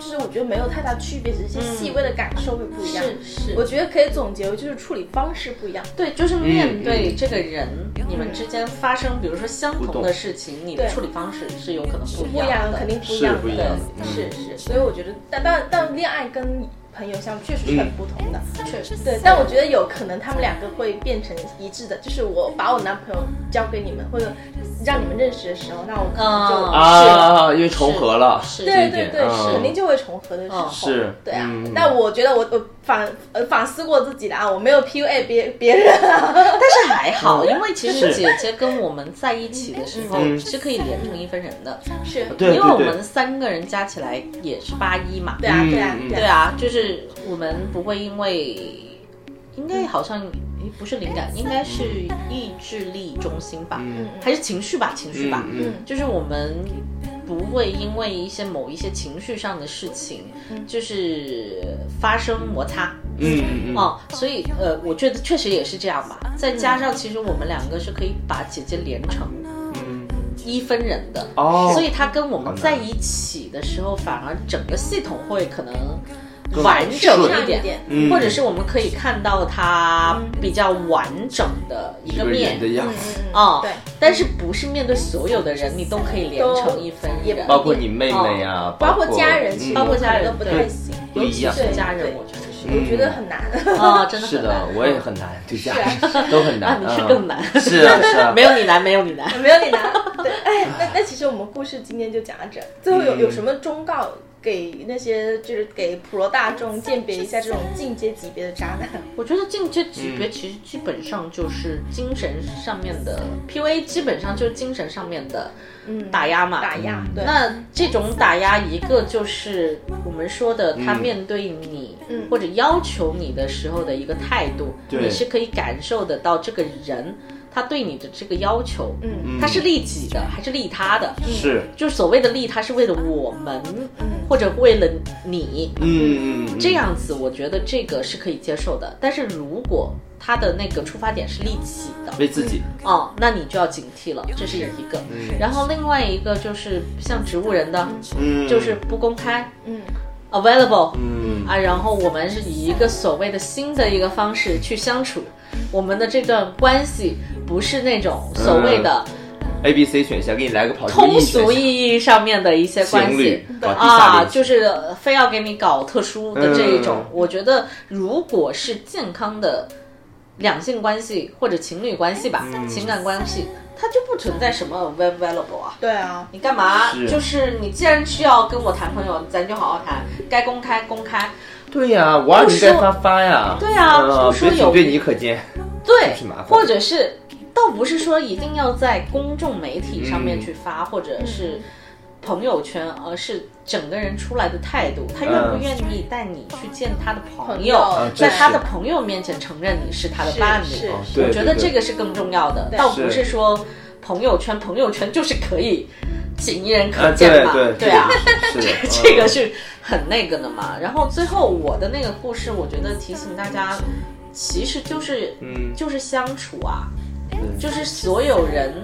Speaker 3: 就是我觉得没有太大区别，只是一些细微的感受会不一样。
Speaker 1: 是是
Speaker 3: 我觉得可以总结为就是处理方式不一样。
Speaker 1: 对，就是
Speaker 2: 嗯
Speaker 1: 面对这个人，你们之间发生，比如说相同的事情，你的处理方式是有可能不一
Speaker 3: 不一样，
Speaker 1: 的。
Speaker 3: 肯定不一
Speaker 2: 是
Speaker 3: 样
Speaker 2: 不一
Speaker 3: 的
Speaker 2: 样的嗯
Speaker 3: 是是。所以我觉得，但但但恋爱跟朋友相处确实是很不同的，
Speaker 1: 嗯确实
Speaker 3: 对。但我觉得有可能他们两个会变成一致的，就是我把我男朋友交给你们，或者让你们认识的时候，那我可能就、
Speaker 1: 嗯
Speaker 2: 啊，因为重合了。
Speaker 1: 是
Speaker 2: 这
Speaker 3: 对
Speaker 2: 一
Speaker 3: 对
Speaker 2: 点
Speaker 3: 对，
Speaker 2: 嗯
Speaker 3: 是肯定就会重合的时候，
Speaker 1: 嗯
Speaker 2: 是
Speaker 3: 对啊
Speaker 2: 嗯。
Speaker 3: 但我觉得我我反呃反思过自己的啊，我没有 PUA 别别人啊，
Speaker 1: 但是还好，因为其实
Speaker 2: 嗯是嗯
Speaker 1: 姐姐跟我们在一起的时候是可以连成一分人的，
Speaker 3: 是，
Speaker 1: 因
Speaker 2: 对
Speaker 1: 为我
Speaker 2: 对
Speaker 1: 们
Speaker 2: 对，
Speaker 1: 三个人加起来也是八一嘛。
Speaker 3: 对啊 对啊
Speaker 2: 嗯
Speaker 1: 对啊，就是我们不会因为，应该好像诶不是灵感，应该是意志力中心吧，还是情绪吧，情绪吧，
Speaker 2: 嗯
Speaker 3: 嗯
Speaker 1: 就是我们不会因为一些某一些情绪上的事情，就是发生摩擦。
Speaker 2: 嗯嗯嗯，
Speaker 1: 哦，所以呃，我觉得确实也是这样吧。再加上，其实我们两个是可以把姐姐连成一分人的，
Speaker 2: 嗯哦
Speaker 1: 所以他跟我们
Speaker 2: 好难
Speaker 1: 在一起的时候，反而整个系统会可能。
Speaker 2: 更
Speaker 1: 完整
Speaker 2: 顺
Speaker 1: 一
Speaker 3: 一
Speaker 1: 点
Speaker 3: 点，
Speaker 2: 嗯
Speaker 1: 或者是我们可以看到他比较完整的一
Speaker 2: 这
Speaker 1: 个
Speaker 2: 个
Speaker 1: 面
Speaker 2: 人的样子，
Speaker 3: 嗯
Speaker 1: 哦，
Speaker 3: 对，
Speaker 1: 但是不是面对所有的人，你都可以连成一分
Speaker 3: 也
Speaker 1: 人，
Speaker 2: 包括你妹妹啊，
Speaker 3: 包括
Speaker 2: 括
Speaker 3: 家人，其
Speaker 2: 嗯
Speaker 3: 实
Speaker 1: 包括家人
Speaker 3: 都不太行，
Speaker 2: 不一样
Speaker 1: 尤其是家人，我觉得
Speaker 2: 嗯
Speaker 1: 是
Speaker 3: 我觉得很难。
Speaker 1: 啊，真的
Speaker 2: 是
Speaker 1: 很
Speaker 2: 的
Speaker 1: 难，
Speaker 2: 我也很难，对家人 都很
Speaker 1: 啊，
Speaker 2: 难，
Speaker 1: 你是
Speaker 2: 嗯
Speaker 1: 更难，
Speaker 2: 是 啊是啊，
Speaker 1: 没有你难，没有你难。
Speaker 3: 没有你 难。对，哎，那那其实我们故事今天就讲到这儿。
Speaker 2: 嗯
Speaker 3: 最后有有什么忠告给那些就是给普罗大众鉴别一下这种进阶级别的渣男？
Speaker 1: 我觉得进阶级
Speaker 2: 嗯
Speaker 1: 别其实基本上就是精神上面的 PUA，基本上就是精神上面的
Speaker 3: 嗯，
Speaker 1: 打压嘛。
Speaker 3: 打压，对，
Speaker 1: 那这种打压，一个就是我们说的，他面对你、
Speaker 3: 嗯
Speaker 1: 或者要求你的时候的一个态度，
Speaker 2: 对
Speaker 1: 你是可以感受得到这个人他对你的这个要求，
Speaker 3: 嗯
Speaker 1: 他是利己的还是利他的？
Speaker 2: 是，
Speaker 1: 就是所谓的利，他是为了我们，
Speaker 3: 嗯
Speaker 1: 或者为了你，
Speaker 2: 嗯嗯嗯，
Speaker 1: 这样子，我觉得这个是可以接受的。但是如果他的那个出发点是利己的，
Speaker 2: 为自己，
Speaker 1: 哦，那你就要警惕了，这是一个。然后另外一个就是像植物人的，
Speaker 2: 嗯，
Speaker 1: 就是不公开
Speaker 3: 嗯，
Speaker 1: available
Speaker 2: 嗯
Speaker 1: 啊，然后我们是以一个所谓的新的一个方式去相处，我们的这段关系不是那种所谓的
Speaker 2: 嗯 A B C 选项，给你来个跑题
Speaker 1: 通俗
Speaker 2: 选
Speaker 1: 意义上面的一些
Speaker 2: 项
Speaker 1: 关
Speaker 2: 情
Speaker 1: 系
Speaker 2: 侣。搞地下
Speaker 1: 啊，
Speaker 2: 恋情
Speaker 1: 就是非要给你搞特殊的这一种
Speaker 2: 嗯，
Speaker 1: 我觉得如果是健康的两性关系或者情侣关系吧，
Speaker 2: 嗯
Speaker 1: 情感关系，它就不存在什么 available 啊。
Speaker 3: 对啊，
Speaker 1: 你干嘛？
Speaker 2: 是
Speaker 1: 就是你既然需要跟我谈朋友，咱就好好谈，该公开公开。
Speaker 2: 对呀，我二零该发发呀，
Speaker 1: 对呀
Speaker 2: 嗯
Speaker 1: 不说
Speaker 2: 别
Speaker 1: 有
Speaker 2: 对你可见，
Speaker 1: 对
Speaker 2: 挺麻烦，的
Speaker 1: 或者是倒不是说一定要在公众媒体上面去
Speaker 2: 嗯
Speaker 1: 发，或者是朋友圈，而是整个人出来的态度，他愿不愿意带你去见他的朋友，
Speaker 3: 朋友
Speaker 1: 在
Speaker 2: 嗯啊这是
Speaker 1: 他的朋友面前承认你是他的
Speaker 3: 是
Speaker 1: 伴
Speaker 3: 是
Speaker 1: 侣。
Speaker 2: 哦
Speaker 3: 是
Speaker 2: 对
Speaker 1: 我觉得这
Speaker 2: 对
Speaker 1: 个是更重要的，
Speaker 3: 对
Speaker 1: 倒不
Speaker 2: 是
Speaker 1: 是说朋友圈，朋友圈就是可以仅一人
Speaker 2: 对啊
Speaker 1: 可见
Speaker 2: 对
Speaker 1: 嘛，
Speaker 2: 对
Speaker 1: 啊。，
Speaker 2: 是嗯的
Speaker 1: 这个是很那个的嘛。然后最后我的那个故事，我觉得提醒大家，其实就是
Speaker 2: 嗯
Speaker 1: 就是相处啊，
Speaker 2: 嗯
Speaker 1: 就是所有人。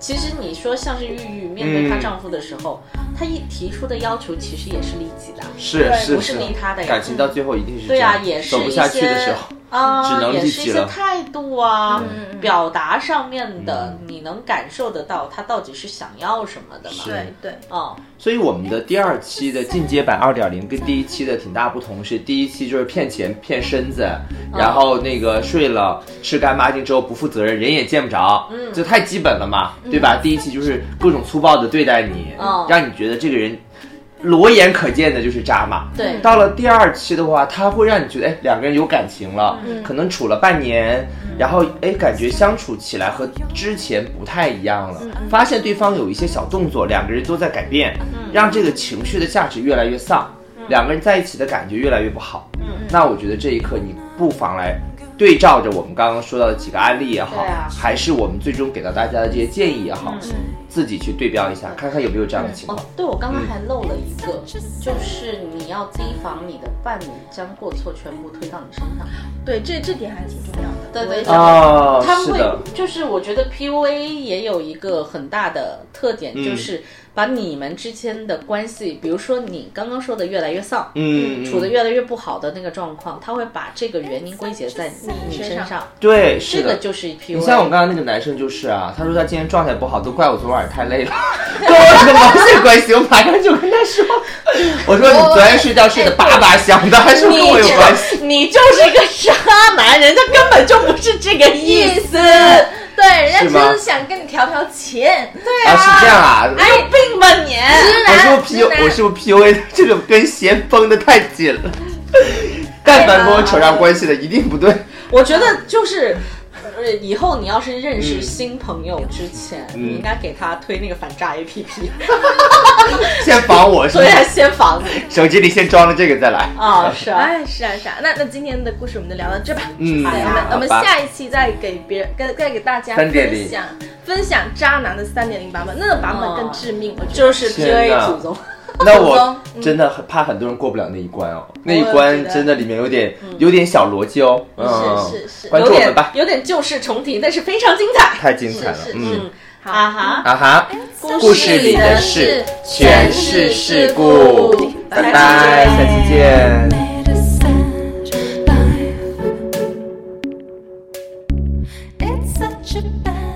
Speaker 1: 其实你说像是玉玉面对她
Speaker 2: 嗯
Speaker 1: 丈夫的时候，她一提出的要求其实也是利己的
Speaker 2: 是
Speaker 3: 对
Speaker 2: 是
Speaker 1: 不是利他的呀
Speaker 2: 感情到最后一定是
Speaker 1: 对
Speaker 2: 这样
Speaker 1: 啊也是
Speaker 2: 走不
Speaker 1: 一
Speaker 2: 下去的时
Speaker 1: 些
Speaker 2: 候，
Speaker 1: 啊，
Speaker 2: 只能
Speaker 1: 也
Speaker 2: 利
Speaker 1: 是
Speaker 2: 己
Speaker 1: 一些
Speaker 2: 了
Speaker 1: 态度啊，
Speaker 3: 嗯
Speaker 1: 表达上面的，
Speaker 2: 嗯
Speaker 1: 你能感受得到她到底是想要什么的嘛？
Speaker 2: 是
Speaker 3: 对对，
Speaker 1: 哦，
Speaker 2: 所以我们的第二期的进阶版二点零跟第一期的挺大不同是，第一期就是骗钱骗身子，
Speaker 1: 嗯
Speaker 2: 然后那个睡了吃干抹净之后不负责任，人也见不着，嗯，这太基本了嘛，对吧？第一期就是各种粗暴的对待你，
Speaker 1: 嗯
Speaker 2: 让你觉得这个人裸眼可见的就是渣嘛。
Speaker 1: 对
Speaker 2: 到了第二期的话，他会让你觉得，哎，两个人有感情了，
Speaker 1: 嗯
Speaker 2: 可能处了半年，然后哎，感觉相处起来和之前不太一样
Speaker 1: 嗯
Speaker 2: 了，发现对方有一些小动作，两个人都在改变，
Speaker 1: 嗯
Speaker 2: 让这个情绪的价值越来越丧，两个人在一起的感觉越来越不好。
Speaker 1: 嗯
Speaker 2: 那我觉得这一刻你不妨来。对照着我们刚刚说到的几个案例也好，
Speaker 1: 对啊
Speaker 2: 还是我们最终给到大家的这些建议也好，
Speaker 1: 嗯
Speaker 2: 自己去对标一下，看看有没有这样的情况
Speaker 1: 哦。，对，我刚刚还漏了一
Speaker 3: 嗯
Speaker 1: 个，就是你要提防你的伴侣将过错全部推到你身上。
Speaker 3: 对，这这点还挺重要的。
Speaker 1: 对
Speaker 3: 我也
Speaker 1: 对
Speaker 3: 想
Speaker 2: 哦，
Speaker 1: 他
Speaker 2: 是
Speaker 1: 会
Speaker 2: 的，
Speaker 1: 就是我觉得 PUA 也有一个很大的特点，
Speaker 2: 嗯
Speaker 1: 就是把你们之间的关系，比如说你刚刚说的越来越丧，
Speaker 2: 嗯，
Speaker 1: 处的越来越不好的那个状况，他会把这个原因归结在你
Speaker 3: 你
Speaker 1: 你
Speaker 3: 身
Speaker 1: 身
Speaker 3: 上
Speaker 1: 上，
Speaker 2: 对，是
Speaker 1: 这个
Speaker 2: 的。
Speaker 1: 就是
Speaker 2: 你像我
Speaker 1: PUA。
Speaker 2: 刚刚那个男生就是啊，他说他今天状态不好，都怪我昨晚太 累了，跟我什么毛线关系？我马上就跟他说，我说你昨天睡觉睡得叭叭响的，还是不是跟我有关系？
Speaker 1: 你你就是一个渣男，人家根本就不是这个意
Speaker 3: 意
Speaker 1: 思。哎
Speaker 3: 思，对，人家
Speaker 2: 是
Speaker 3: 只
Speaker 2: 吗
Speaker 3: 是想跟你调调情，对
Speaker 2: 啊，是这样啊。
Speaker 1: 哎，有病吧你！
Speaker 2: 我是
Speaker 3: 男
Speaker 2: 不是 P，
Speaker 3: 直男
Speaker 2: 我
Speaker 1: 哎
Speaker 2: 是不是 P U A 这个跟弦绷得太紧了？但凡跟我扯上关系的，一定不对。
Speaker 1: 我觉得就是，呃，以后你要是认识新朋友之前，
Speaker 2: 嗯
Speaker 1: 你应该给他推那个反诈 APP，
Speaker 2: 先防我是
Speaker 1: 所以
Speaker 2: 吗？
Speaker 1: 他先防你
Speaker 2: 手机里先装了这个再来。
Speaker 1: 啊，是啊，
Speaker 3: 哎，是啊是啊，那那今天的故事我们就聊到这吧。
Speaker 2: 嗯，
Speaker 1: 哎
Speaker 3: 我
Speaker 1: 呀
Speaker 3: 们我
Speaker 2: 好
Speaker 3: 们
Speaker 2: 吧。
Speaker 3: 下一期再给别人，再再给大家分
Speaker 2: 3.0
Speaker 3: 享分享渣男的三点零版本，那个版本更致命，我觉得。
Speaker 1: 就是
Speaker 2: 天哪
Speaker 1: PUA 祖宗，
Speaker 2: 那我真的很怕很多人过不了那一关哦，那一关真的里面有点有点小逻辑哦。嗯，
Speaker 3: 是是是
Speaker 2: 关注
Speaker 1: 有
Speaker 2: 我
Speaker 1: 点
Speaker 2: 们吧，
Speaker 1: 有点旧事重提，但是非常精彩。
Speaker 2: 太精彩了
Speaker 3: 是。是
Speaker 2: 嗯，
Speaker 1: 啊哈，
Speaker 2: 啊哈，故事里的事全是事故，拜拜，下期见。
Speaker 4: made a sad life. It's such a bad